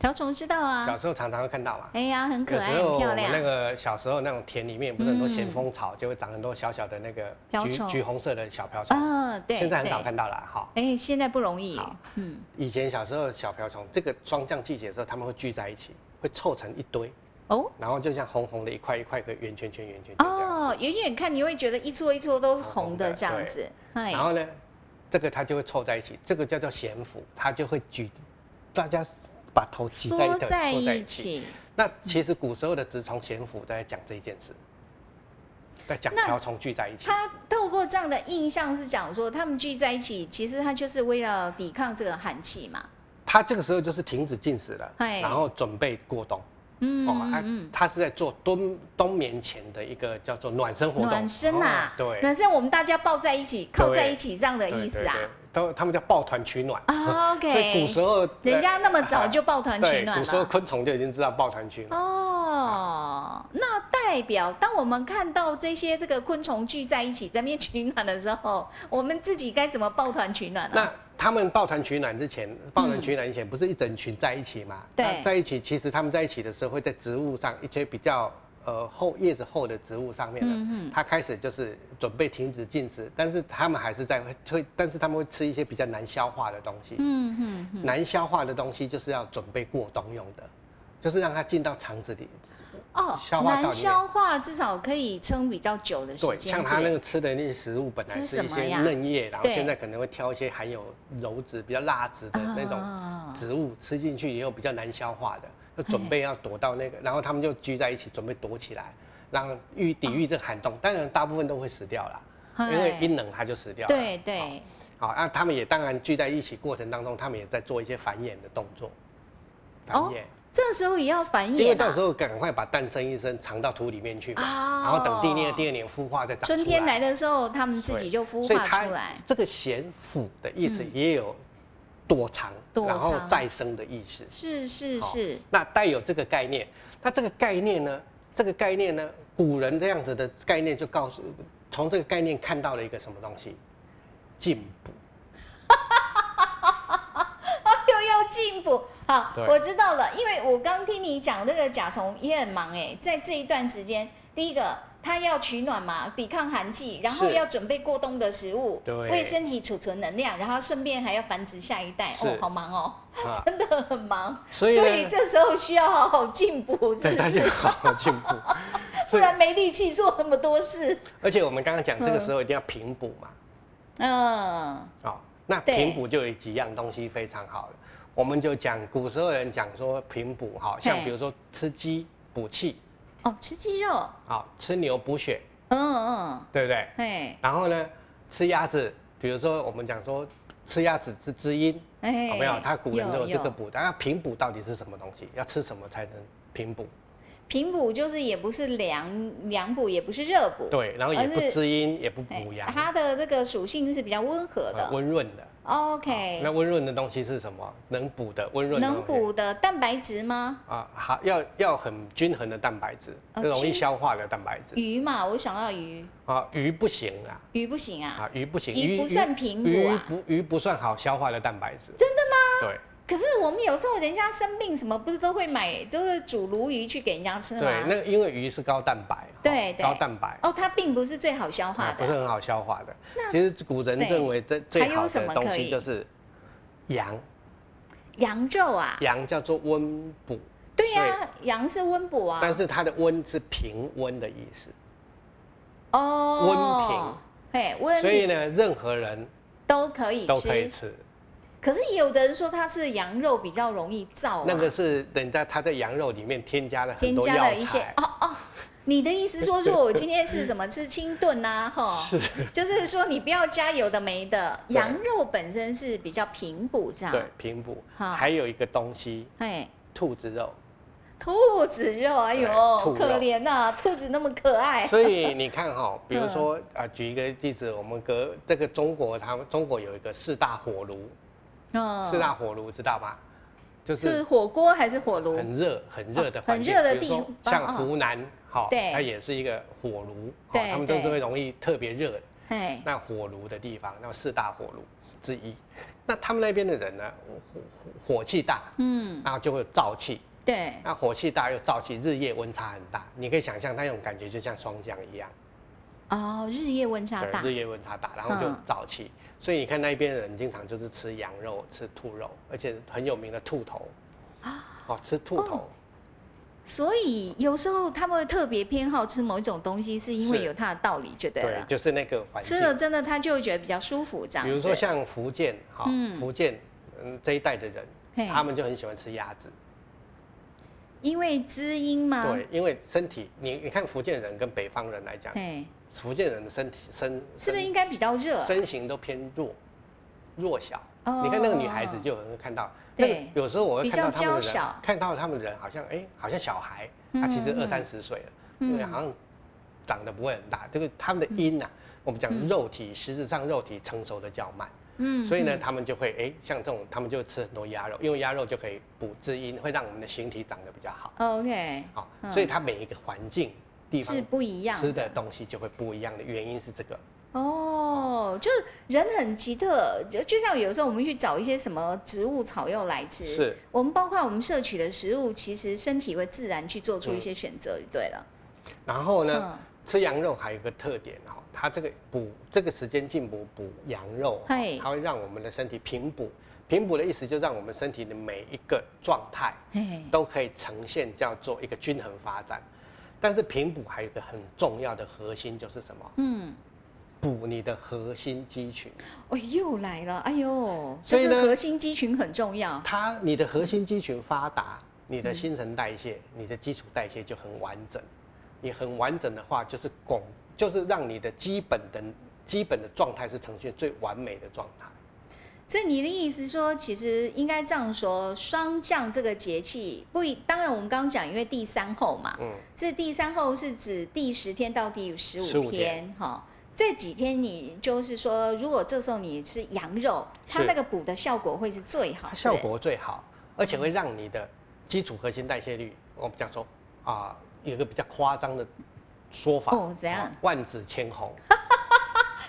[SPEAKER 1] 瓢虫知道
[SPEAKER 3] 小
[SPEAKER 1] 啊，
[SPEAKER 3] 时候常常会看到嘛。
[SPEAKER 1] 哎呀，很可
[SPEAKER 3] 有
[SPEAKER 1] 爱，
[SPEAKER 3] 时候
[SPEAKER 1] 很
[SPEAKER 3] 我
[SPEAKER 1] 漂
[SPEAKER 3] 们那
[SPEAKER 1] 亮，
[SPEAKER 3] 个小时候那种田里面不是很多
[SPEAKER 1] 嗯
[SPEAKER 3] 咸丰草，就会长很多小小的那个
[SPEAKER 1] 瓢
[SPEAKER 3] 橘
[SPEAKER 1] 虫
[SPEAKER 3] 橘红色的小瓢虫，
[SPEAKER 1] 嗯，对，
[SPEAKER 3] 现在很少
[SPEAKER 1] 对
[SPEAKER 3] 看到了哈。
[SPEAKER 1] 哎、现在不容易
[SPEAKER 3] 好。
[SPEAKER 1] 嗯，
[SPEAKER 3] 以前小时候小瓢虫，这个霜降季节的时候，它们会聚在一起，会凑成一堆，
[SPEAKER 1] 哦
[SPEAKER 3] 然后就像红红的一块一块个圆圈圈圆圈圈这样子。
[SPEAKER 1] 哦，远远看你会觉得一撮一撮都是
[SPEAKER 3] 红
[SPEAKER 1] 红的
[SPEAKER 3] 的
[SPEAKER 1] 这样
[SPEAKER 3] 对
[SPEAKER 1] 子。哎
[SPEAKER 3] 然，后呢，这个它就会凑在一起，这个叫做咸腐，它就会举，大家把头挤在
[SPEAKER 1] 缩
[SPEAKER 3] 一起，
[SPEAKER 1] 在
[SPEAKER 3] 缩在
[SPEAKER 1] 一
[SPEAKER 3] 一起。
[SPEAKER 1] 起。
[SPEAKER 3] 那其实古时候的职虫咸腐在讲这一件事，在讲
[SPEAKER 1] 那
[SPEAKER 3] 瓢虫聚在一起。
[SPEAKER 1] 他透过这样的印象是讲说，他们聚在一起，其实他就是为了抵抗这个寒气嘛。
[SPEAKER 3] 它这个时候就是停止进食了，
[SPEAKER 1] 嘿
[SPEAKER 3] 然后准备过冬。
[SPEAKER 1] 嗯
[SPEAKER 3] 哦，它
[SPEAKER 1] 嗯，
[SPEAKER 3] 它是在做冬冬眠前的一个叫做暖身活动。
[SPEAKER 1] 暖身啊
[SPEAKER 3] 哦，对，
[SPEAKER 1] 暖身我们大家抱在一起，靠在一起这样的
[SPEAKER 3] 对
[SPEAKER 1] 意思啊。
[SPEAKER 3] 对对都他们叫抱团取暖。
[SPEAKER 1] 啊
[SPEAKER 3] 所以古
[SPEAKER 1] ，OK，
[SPEAKER 3] 时候啊
[SPEAKER 1] 人家那么早就抱团取
[SPEAKER 3] 对，
[SPEAKER 1] 暖
[SPEAKER 3] 古时候
[SPEAKER 1] 了。
[SPEAKER 3] 昆虫就已经知道抱团取暖。
[SPEAKER 1] 哦，那代表当我们看到这些这个昆虫聚在一起在那边取暖的时候，我们自己该怎么抱团取暖呢、啊
[SPEAKER 3] 那他们抱团取暖之前，抱团取暖以前不是一整群在一起嘛？
[SPEAKER 1] 嗯对
[SPEAKER 3] 那在一起，其实他们在一起的时候，会在植物上一些比较呃厚叶子厚的植物上面呢，
[SPEAKER 1] 嗯嗯
[SPEAKER 3] 它开始就是准备停止进食，但是他们还是在会，但是他们会吃一些比较难消化的东西。
[SPEAKER 1] 嗯嗯嗯，
[SPEAKER 3] 难消化的东西就是要准备过冬用的，就是让它进到肠子里。
[SPEAKER 1] 哦，
[SPEAKER 3] 消化道里面
[SPEAKER 1] 难消化至少可以撑比较久的时
[SPEAKER 3] 对，
[SPEAKER 1] 间
[SPEAKER 3] 像
[SPEAKER 1] 之
[SPEAKER 3] 他那
[SPEAKER 1] 类。
[SPEAKER 3] 个吃的那些食物，本来
[SPEAKER 1] 吃
[SPEAKER 3] 是
[SPEAKER 1] 什
[SPEAKER 3] 一
[SPEAKER 1] 么
[SPEAKER 3] 些
[SPEAKER 1] 呀
[SPEAKER 3] 嫩叶，然后
[SPEAKER 1] 对
[SPEAKER 3] 现在可能会挑一些含有鞣质、比较蜡质的那种
[SPEAKER 1] 啊
[SPEAKER 3] 植物吃进去以后比较难消化的，
[SPEAKER 1] 哎
[SPEAKER 3] 就准备要躲到那个，然后他们就聚在一起准备躲起来，让预抵御这个寒冬。当然大部分都会死掉啦，因为
[SPEAKER 1] 嗨
[SPEAKER 3] 一冷它就死掉了。
[SPEAKER 1] 哎对对，
[SPEAKER 3] 好，那他们也当然聚在一起过程当中，他们也在做一些繁衍的动作，繁
[SPEAKER 1] 哦
[SPEAKER 3] 衍，
[SPEAKER 1] 这时候也要繁
[SPEAKER 3] 因为
[SPEAKER 1] 衍
[SPEAKER 3] 到时
[SPEAKER 1] 啊。
[SPEAKER 3] 候赶快把蛋生一生藏到土里面去嘛，
[SPEAKER 1] 哦
[SPEAKER 3] 然后等第二第二年孵化再长出来。
[SPEAKER 1] 春天来的时候，他们自己就孵
[SPEAKER 3] 所以
[SPEAKER 1] 化
[SPEAKER 3] 它
[SPEAKER 1] 出来。
[SPEAKER 3] 这个咸腐的意思
[SPEAKER 1] 嗯
[SPEAKER 3] 也有躲藏，
[SPEAKER 1] 躲
[SPEAKER 3] 然后
[SPEAKER 1] 藏
[SPEAKER 3] 再生的意思。
[SPEAKER 1] 是是
[SPEAKER 3] 好
[SPEAKER 1] 是，
[SPEAKER 3] 那带有这个概念，那这个概念呢？这个概念呢？古人这样子的概念就告诉，从这个概念看到了一个什么东西？进步。
[SPEAKER 1] 又要进步。好，
[SPEAKER 3] 对
[SPEAKER 1] 我知道了，因为我刚听你讲那个甲虫也很忙哎、在这一段时间，第一个它要取暖嘛，抵抗寒气，然后
[SPEAKER 3] 是
[SPEAKER 1] 要准备过冬的食物，
[SPEAKER 3] 对
[SPEAKER 1] 为身体储存能量，然后顺便还要繁殖下一代，哦
[SPEAKER 3] 是，
[SPEAKER 1] 好忙哦，
[SPEAKER 3] 啊
[SPEAKER 1] 真的很忙。
[SPEAKER 3] 所以呢
[SPEAKER 1] 所以这时候需要好好进步，是
[SPEAKER 3] 对，
[SPEAKER 1] 不
[SPEAKER 3] 大家
[SPEAKER 1] 是？
[SPEAKER 3] 好好进 步。
[SPEAKER 1] 不
[SPEAKER 3] 所以，
[SPEAKER 1] 然没力气做那么多 事。
[SPEAKER 3] 而且我们刚刚讲这个时候一定要平补嘛，
[SPEAKER 1] 嗯，
[SPEAKER 3] 哦，那
[SPEAKER 1] 对
[SPEAKER 3] 平补就有几样东西非常好了。我们就讲古时候人讲说平补，哈，像
[SPEAKER 1] 嘿
[SPEAKER 3] 比如说吃鸡补气，
[SPEAKER 1] 哦，吃鸡肉，
[SPEAKER 3] 好、吃牛补血，
[SPEAKER 1] 嗯嗯，
[SPEAKER 3] 对不对？
[SPEAKER 1] 哎
[SPEAKER 3] 然后呢，吃鸭子，比如说我们讲说吃鸭子治滋阴，
[SPEAKER 1] 哎，
[SPEAKER 3] 有没有？它古人都有这个
[SPEAKER 1] 有
[SPEAKER 3] 补，但它平补到底是什么东西？要吃什么才能平补？
[SPEAKER 1] 平补就是也不是凉凉补，也不是热补，
[SPEAKER 3] 对，然后也
[SPEAKER 1] 而
[SPEAKER 3] 不
[SPEAKER 1] 是
[SPEAKER 3] 滋阴，也不
[SPEAKER 1] 嗯哎，
[SPEAKER 3] 补阳，
[SPEAKER 1] 它的这个属性是比较温和
[SPEAKER 3] 呃
[SPEAKER 1] 的。
[SPEAKER 3] 温润的。
[SPEAKER 1] OK，
[SPEAKER 3] 那温润的东西是什么？能补的温润的
[SPEAKER 1] 能
[SPEAKER 3] 东西
[SPEAKER 1] 补的蛋白质吗？
[SPEAKER 3] 啊，好，要要很均衡的蛋白质，
[SPEAKER 1] 哦
[SPEAKER 3] 容易
[SPEAKER 1] 均
[SPEAKER 3] 消化的蛋白质
[SPEAKER 1] 鱼嘛，我想到鱼，
[SPEAKER 3] 啊，鱼不行啊，
[SPEAKER 1] 鱼不行啊，
[SPEAKER 3] 啊，鱼不行，
[SPEAKER 1] 鱼不算平
[SPEAKER 3] 鱼
[SPEAKER 1] 补啊。
[SPEAKER 3] 不鱼不算好消化的蛋白质。真的吗？对。
[SPEAKER 1] 可是我们有时候人家生病什么，不是都会买，就是煮鲈鱼去给人家吃吗？
[SPEAKER 3] 对，那个因为鱼是高蛋白，
[SPEAKER 1] 对
[SPEAKER 3] 哦
[SPEAKER 1] 对
[SPEAKER 3] 高蛋白，
[SPEAKER 1] 哦，它并不是最好消化
[SPEAKER 3] 啊不是
[SPEAKER 1] 的。
[SPEAKER 3] 很好消化的。其实古人
[SPEAKER 1] 对
[SPEAKER 3] 认为最
[SPEAKER 1] 还
[SPEAKER 3] 最
[SPEAKER 1] 有
[SPEAKER 3] 好
[SPEAKER 1] 什
[SPEAKER 3] 的
[SPEAKER 1] 么
[SPEAKER 3] 东
[SPEAKER 1] 可
[SPEAKER 3] 西
[SPEAKER 1] 以
[SPEAKER 3] 就是羊，
[SPEAKER 1] 羊肉啊，
[SPEAKER 3] 羊叫做温补，
[SPEAKER 1] 对呀、羊是温补啊。
[SPEAKER 3] 但是它的温是平温的意思。
[SPEAKER 1] 哦，温平，嘿，温
[SPEAKER 3] 所以
[SPEAKER 1] 平
[SPEAKER 3] 呢，任何人
[SPEAKER 1] 都可以
[SPEAKER 3] 都
[SPEAKER 1] 吃。
[SPEAKER 3] 可以吃。
[SPEAKER 1] 可是也有的人说他吃羊肉比较容易燥、啊，
[SPEAKER 3] 那个是人家他在羊肉里面添加了很
[SPEAKER 1] 添
[SPEAKER 3] 多
[SPEAKER 1] 加
[SPEAKER 3] 药
[SPEAKER 1] 了一些
[SPEAKER 3] 材，
[SPEAKER 1] 哦哦。你的意思说，如果我今天是什么吃清炖 啊，哈，就是说你不要加有的没的。
[SPEAKER 3] 对
[SPEAKER 1] 羊肉本身是比较平补这样，
[SPEAKER 3] 对，平补。
[SPEAKER 1] 好
[SPEAKER 3] 还有一个东西，
[SPEAKER 1] 哎，
[SPEAKER 3] 兔子肉。
[SPEAKER 1] 兔子肉，哎呦
[SPEAKER 3] 对兔，肉
[SPEAKER 1] 可怜呐、兔子那么可爱，
[SPEAKER 3] 所以你看哈、比
[SPEAKER 1] 嗯
[SPEAKER 3] 如说啊，举一个例子，我们隔这个中国，他们中国有一个四大火炉，
[SPEAKER 1] 嗯
[SPEAKER 3] 四大火炉知道吗？就是是
[SPEAKER 1] 火锅还是火炉？
[SPEAKER 3] 很热、很热的
[SPEAKER 1] 哦
[SPEAKER 3] 环境，
[SPEAKER 1] 很热的
[SPEAKER 3] 比如说
[SPEAKER 1] 地方
[SPEAKER 3] 像
[SPEAKER 1] 哦
[SPEAKER 3] 湖南，好、
[SPEAKER 1] 对
[SPEAKER 3] 它也是一个火炉，好、
[SPEAKER 1] 对
[SPEAKER 3] 他们都是
[SPEAKER 1] 对
[SPEAKER 3] 会容易特别热的。
[SPEAKER 1] 哎，
[SPEAKER 3] 那火炉的地方，那四大火炉之一。那他们那边的人呢，火火火气大，
[SPEAKER 1] 嗯，
[SPEAKER 3] 然后就会有燥气。
[SPEAKER 1] 对，
[SPEAKER 3] 那火气大又燥气，日夜温差很大，你可以想象那种感觉就像霜降一样，
[SPEAKER 1] 哦，日夜温差大
[SPEAKER 3] 对，日，夜温差大，然后就
[SPEAKER 1] 嗯
[SPEAKER 3] 燥气。所以你看那边的人经常就是吃羊肉、吃兔肉，而且很有名的兔头哦，吃兔头。
[SPEAKER 1] 啊所以有时候他们会特别偏好吃某一种东西，是因为
[SPEAKER 3] 是
[SPEAKER 1] 有它的道理，就对了。
[SPEAKER 3] 就是那个环境
[SPEAKER 1] 吃。了真的他就会觉得比较舒服，这样
[SPEAKER 3] 比
[SPEAKER 1] 子。
[SPEAKER 3] 如说像福建，哈、
[SPEAKER 1] 嗯
[SPEAKER 3] 福建嗯这一代的人，
[SPEAKER 1] 嘿
[SPEAKER 3] 他们就很喜欢吃鸭子。
[SPEAKER 1] 因为滋阴吗？
[SPEAKER 3] 对，因为身体，你你看福建人跟北方人来讲，
[SPEAKER 1] 嘿，
[SPEAKER 3] 福建人的身体身
[SPEAKER 1] 是不是
[SPEAKER 3] 身
[SPEAKER 1] 应该比较热？
[SPEAKER 3] 身形都偏弱弱小？
[SPEAKER 1] 哦
[SPEAKER 3] 你看那个女孩子就能看到，那
[SPEAKER 1] 对
[SPEAKER 3] 个有时候我会看到
[SPEAKER 1] 比较
[SPEAKER 3] 他们的
[SPEAKER 1] 娇
[SPEAKER 3] 人
[SPEAKER 1] 小，
[SPEAKER 3] 看到他们人好像哎、好像小孩，
[SPEAKER 1] 嗯
[SPEAKER 3] 他其实
[SPEAKER 1] 嗯
[SPEAKER 3] 二三十岁了，
[SPEAKER 1] 嗯
[SPEAKER 3] 因为好像长得不会很大，这个他们的阴啊，我们讲肉体，实质上肉体成熟的较慢。
[SPEAKER 1] 嗯
[SPEAKER 3] 所以呢，
[SPEAKER 1] 嗯
[SPEAKER 3] 他们就会哎、像这种，他们就吃很多鸭肉，因为鸭肉就可以补滋阴，会让我们的形体长得比较好。
[SPEAKER 1] ，OK，
[SPEAKER 3] 好、
[SPEAKER 1] 嗯
[SPEAKER 3] 所以它每一个环境地方
[SPEAKER 1] 是不一样
[SPEAKER 3] 吃的东西就会不一样的原因是这个。
[SPEAKER 1] 哦，就是人很奇特，就就像有时候我们去找一些什么植物草药来吃，
[SPEAKER 3] 是
[SPEAKER 1] 我们包括我们摄取的食物，其实身体会自然去做出一些选择，就对了。
[SPEAKER 3] 然后呢，
[SPEAKER 1] 嗯
[SPEAKER 3] 吃羊肉还有一个特点哈、它这个补这个时间进补补羊肉、哈
[SPEAKER 1] 嘿
[SPEAKER 3] 它会让我们的身体平补。平补的意思就让我们身体的每一个状态
[SPEAKER 1] 嘿，
[SPEAKER 3] 都可以呈现叫做一个均衡发展。但是平补还有一个很重要的核心就是什么？
[SPEAKER 1] 嗯，
[SPEAKER 3] 补你的核心肌群。
[SPEAKER 1] 哦，又来了，哎呦，就
[SPEAKER 3] 所以
[SPEAKER 1] 是
[SPEAKER 3] 呢
[SPEAKER 1] 核心肌群很重要。
[SPEAKER 3] 它你的核心肌群发达，你的新陈代谢、你的基础代谢就很完整。你很完整的话，就是巩，就是让你的基本的基本的状态是呈现最完美的状态。
[SPEAKER 1] 所以你的意思说，其实应该这样说，霜降这个节气不一，当然我们刚刚讲，因为第三后嘛，
[SPEAKER 3] 嗯，
[SPEAKER 1] 这第三后是指第十天到第十
[SPEAKER 3] 15
[SPEAKER 1] 五
[SPEAKER 3] 天
[SPEAKER 1] 天，哈、这几天你就是说，如果这时候你吃羊肉，它
[SPEAKER 3] 是
[SPEAKER 1] 那个补的效果会是最好
[SPEAKER 3] 它
[SPEAKER 1] 的。
[SPEAKER 3] 效果最好，而且会让你的基础核心代谢率，我们讲说啊、有一个比较夸张的说法
[SPEAKER 1] 哦怎样
[SPEAKER 3] 啊万紫千红。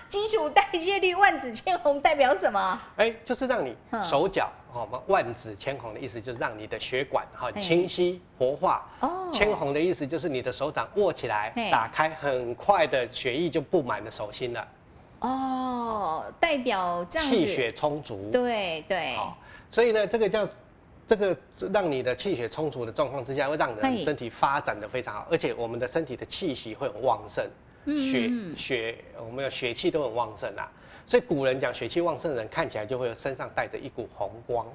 [SPEAKER 1] 基础代谢率万紫千红代表什么？
[SPEAKER 3] 哎，就是让你
[SPEAKER 1] 嗯
[SPEAKER 3] 手脚哦，万紫千红的意思就是让你的血管很
[SPEAKER 1] 嘿
[SPEAKER 3] 清晰活化。
[SPEAKER 1] 哦
[SPEAKER 3] 千红的意思就是你的手掌握起来
[SPEAKER 1] 嘿，
[SPEAKER 3] 打开，很快的血液就布满了手心了，
[SPEAKER 1] 哦，代表这样子，
[SPEAKER 3] 气血充足。
[SPEAKER 1] 对对，
[SPEAKER 3] 好，所以呢，这个叫这个让你的气血充足的状况之下，会让人
[SPEAKER 1] 嘿
[SPEAKER 3] 身体发展的非常好，而且我们的身体的气息会很旺盛，血
[SPEAKER 1] 嗯嗯嗯
[SPEAKER 3] 血我们的血气都很旺盛啊。所以古人讲血气旺盛的人看起来就会有身上带着一股红光。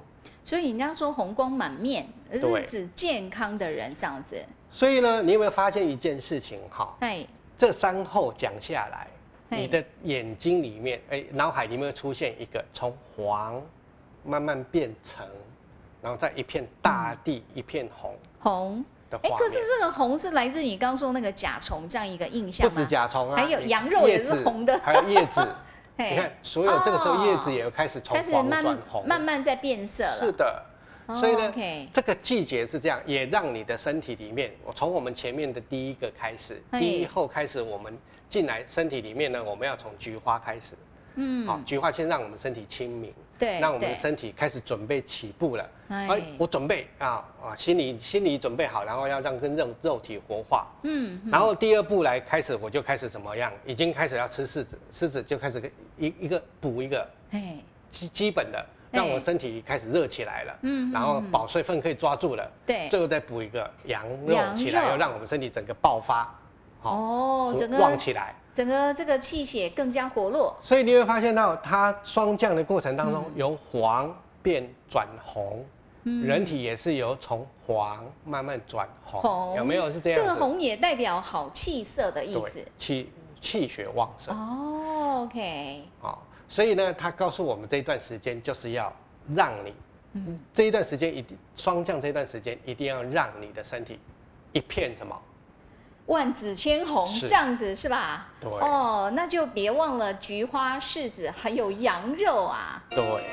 [SPEAKER 1] 所以人家说红光满面，而
[SPEAKER 3] 对
[SPEAKER 1] 是指健康的人这样子。
[SPEAKER 3] 所以呢，你有没有发现一件事情？哈，
[SPEAKER 1] 哎，
[SPEAKER 3] 这三后讲下来，
[SPEAKER 1] 嘿
[SPEAKER 3] 你的眼睛里面，哎、脑海里面会出现一个从黄慢慢变成，然后再一片大地、一片红，
[SPEAKER 1] 红
[SPEAKER 3] 的
[SPEAKER 1] 哎，
[SPEAKER 3] 画
[SPEAKER 1] 可
[SPEAKER 3] 面
[SPEAKER 1] 是。这个红是来自你刚说那个甲虫这样一个印象
[SPEAKER 3] 不
[SPEAKER 1] 吗？
[SPEAKER 3] 止甲虫啊，
[SPEAKER 1] 还有羊肉也
[SPEAKER 3] 叶子
[SPEAKER 1] 是红的
[SPEAKER 3] 还有叶子。
[SPEAKER 1] 嘿
[SPEAKER 3] 你看，所有这个时候叶子
[SPEAKER 1] 哦
[SPEAKER 3] 也有开始从
[SPEAKER 1] 开始
[SPEAKER 3] 黄
[SPEAKER 1] 慢
[SPEAKER 3] 转红，
[SPEAKER 1] 慢慢在变色了。
[SPEAKER 3] 是的。
[SPEAKER 1] 哦
[SPEAKER 3] 所以呢
[SPEAKER 1] OK
[SPEAKER 3] 这个季节是这样，也让你的身体里面，我从我们前面的第一个开始，
[SPEAKER 1] 嘿
[SPEAKER 3] 第一后开始，我们进来身体里面呢，我们要从菊花开始。好、
[SPEAKER 1] 嗯，
[SPEAKER 3] 菊花先让我们身体清明，
[SPEAKER 1] 对
[SPEAKER 3] 让我们
[SPEAKER 1] 对
[SPEAKER 3] 的身体开始准备起步了。
[SPEAKER 1] 哎
[SPEAKER 3] 哎，我准备啊啊，心里心里准备好，然后要让跟肉肉体活化。
[SPEAKER 1] 嗯，嗯
[SPEAKER 3] 然后第二步来开始，我就开始怎么样？已经开始要吃柿子，柿子就开始一一个补一个
[SPEAKER 1] 哎，
[SPEAKER 3] 基基本的，
[SPEAKER 1] 哎
[SPEAKER 3] 让我身体开始热起来了。
[SPEAKER 1] 嗯嗯
[SPEAKER 3] 然后
[SPEAKER 1] 嗯
[SPEAKER 3] 饱水分可以抓住了。
[SPEAKER 1] 对哦
[SPEAKER 3] 最后再补一个羊肉
[SPEAKER 1] 羊
[SPEAKER 3] 起来，
[SPEAKER 1] 肉
[SPEAKER 3] 要让我们身体整个爆发，
[SPEAKER 1] 哦，整
[SPEAKER 3] 旺
[SPEAKER 1] 个
[SPEAKER 3] 起来。
[SPEAKER 1] 整个这个气血更加活络。
[SPEAKER 3] 所以你会发现到它霜降的过程当中，
[SPEAKER 1] 嗯
[SPEAKER 3] 由黄变转红，人体也是由从黄慢慢转红，
[SPEAKER 1] 红
[SPEAKER 3] 有没有是这样
[SPEAKER 1] 这
[SPEAKER 3] 子？
[SPEAKER 1] 个红也代表好气色的意
[SPEAKER 3] 对
[SPEAKER 1] 思。
[SPEAKER 3] 气气血旺盛。
[SPEAKER 1] 哦，OK，
[SPEAKER 3] 哦，所以呢，他告诉我们这一段时间就是要让你，这一段时间一定霜降这一段时间一定要让你的身体一片什么？
[SPEAKER 1] 万紫千红
[SPEAKER 3] 是
[SPEAKER 1] 这样子是吧？
[SPEAKER 3] 对
[SPEAKER 1] 哦，那就别忘了菊花、柿子还有羊肉啊。
[SPEAKER 3] 对，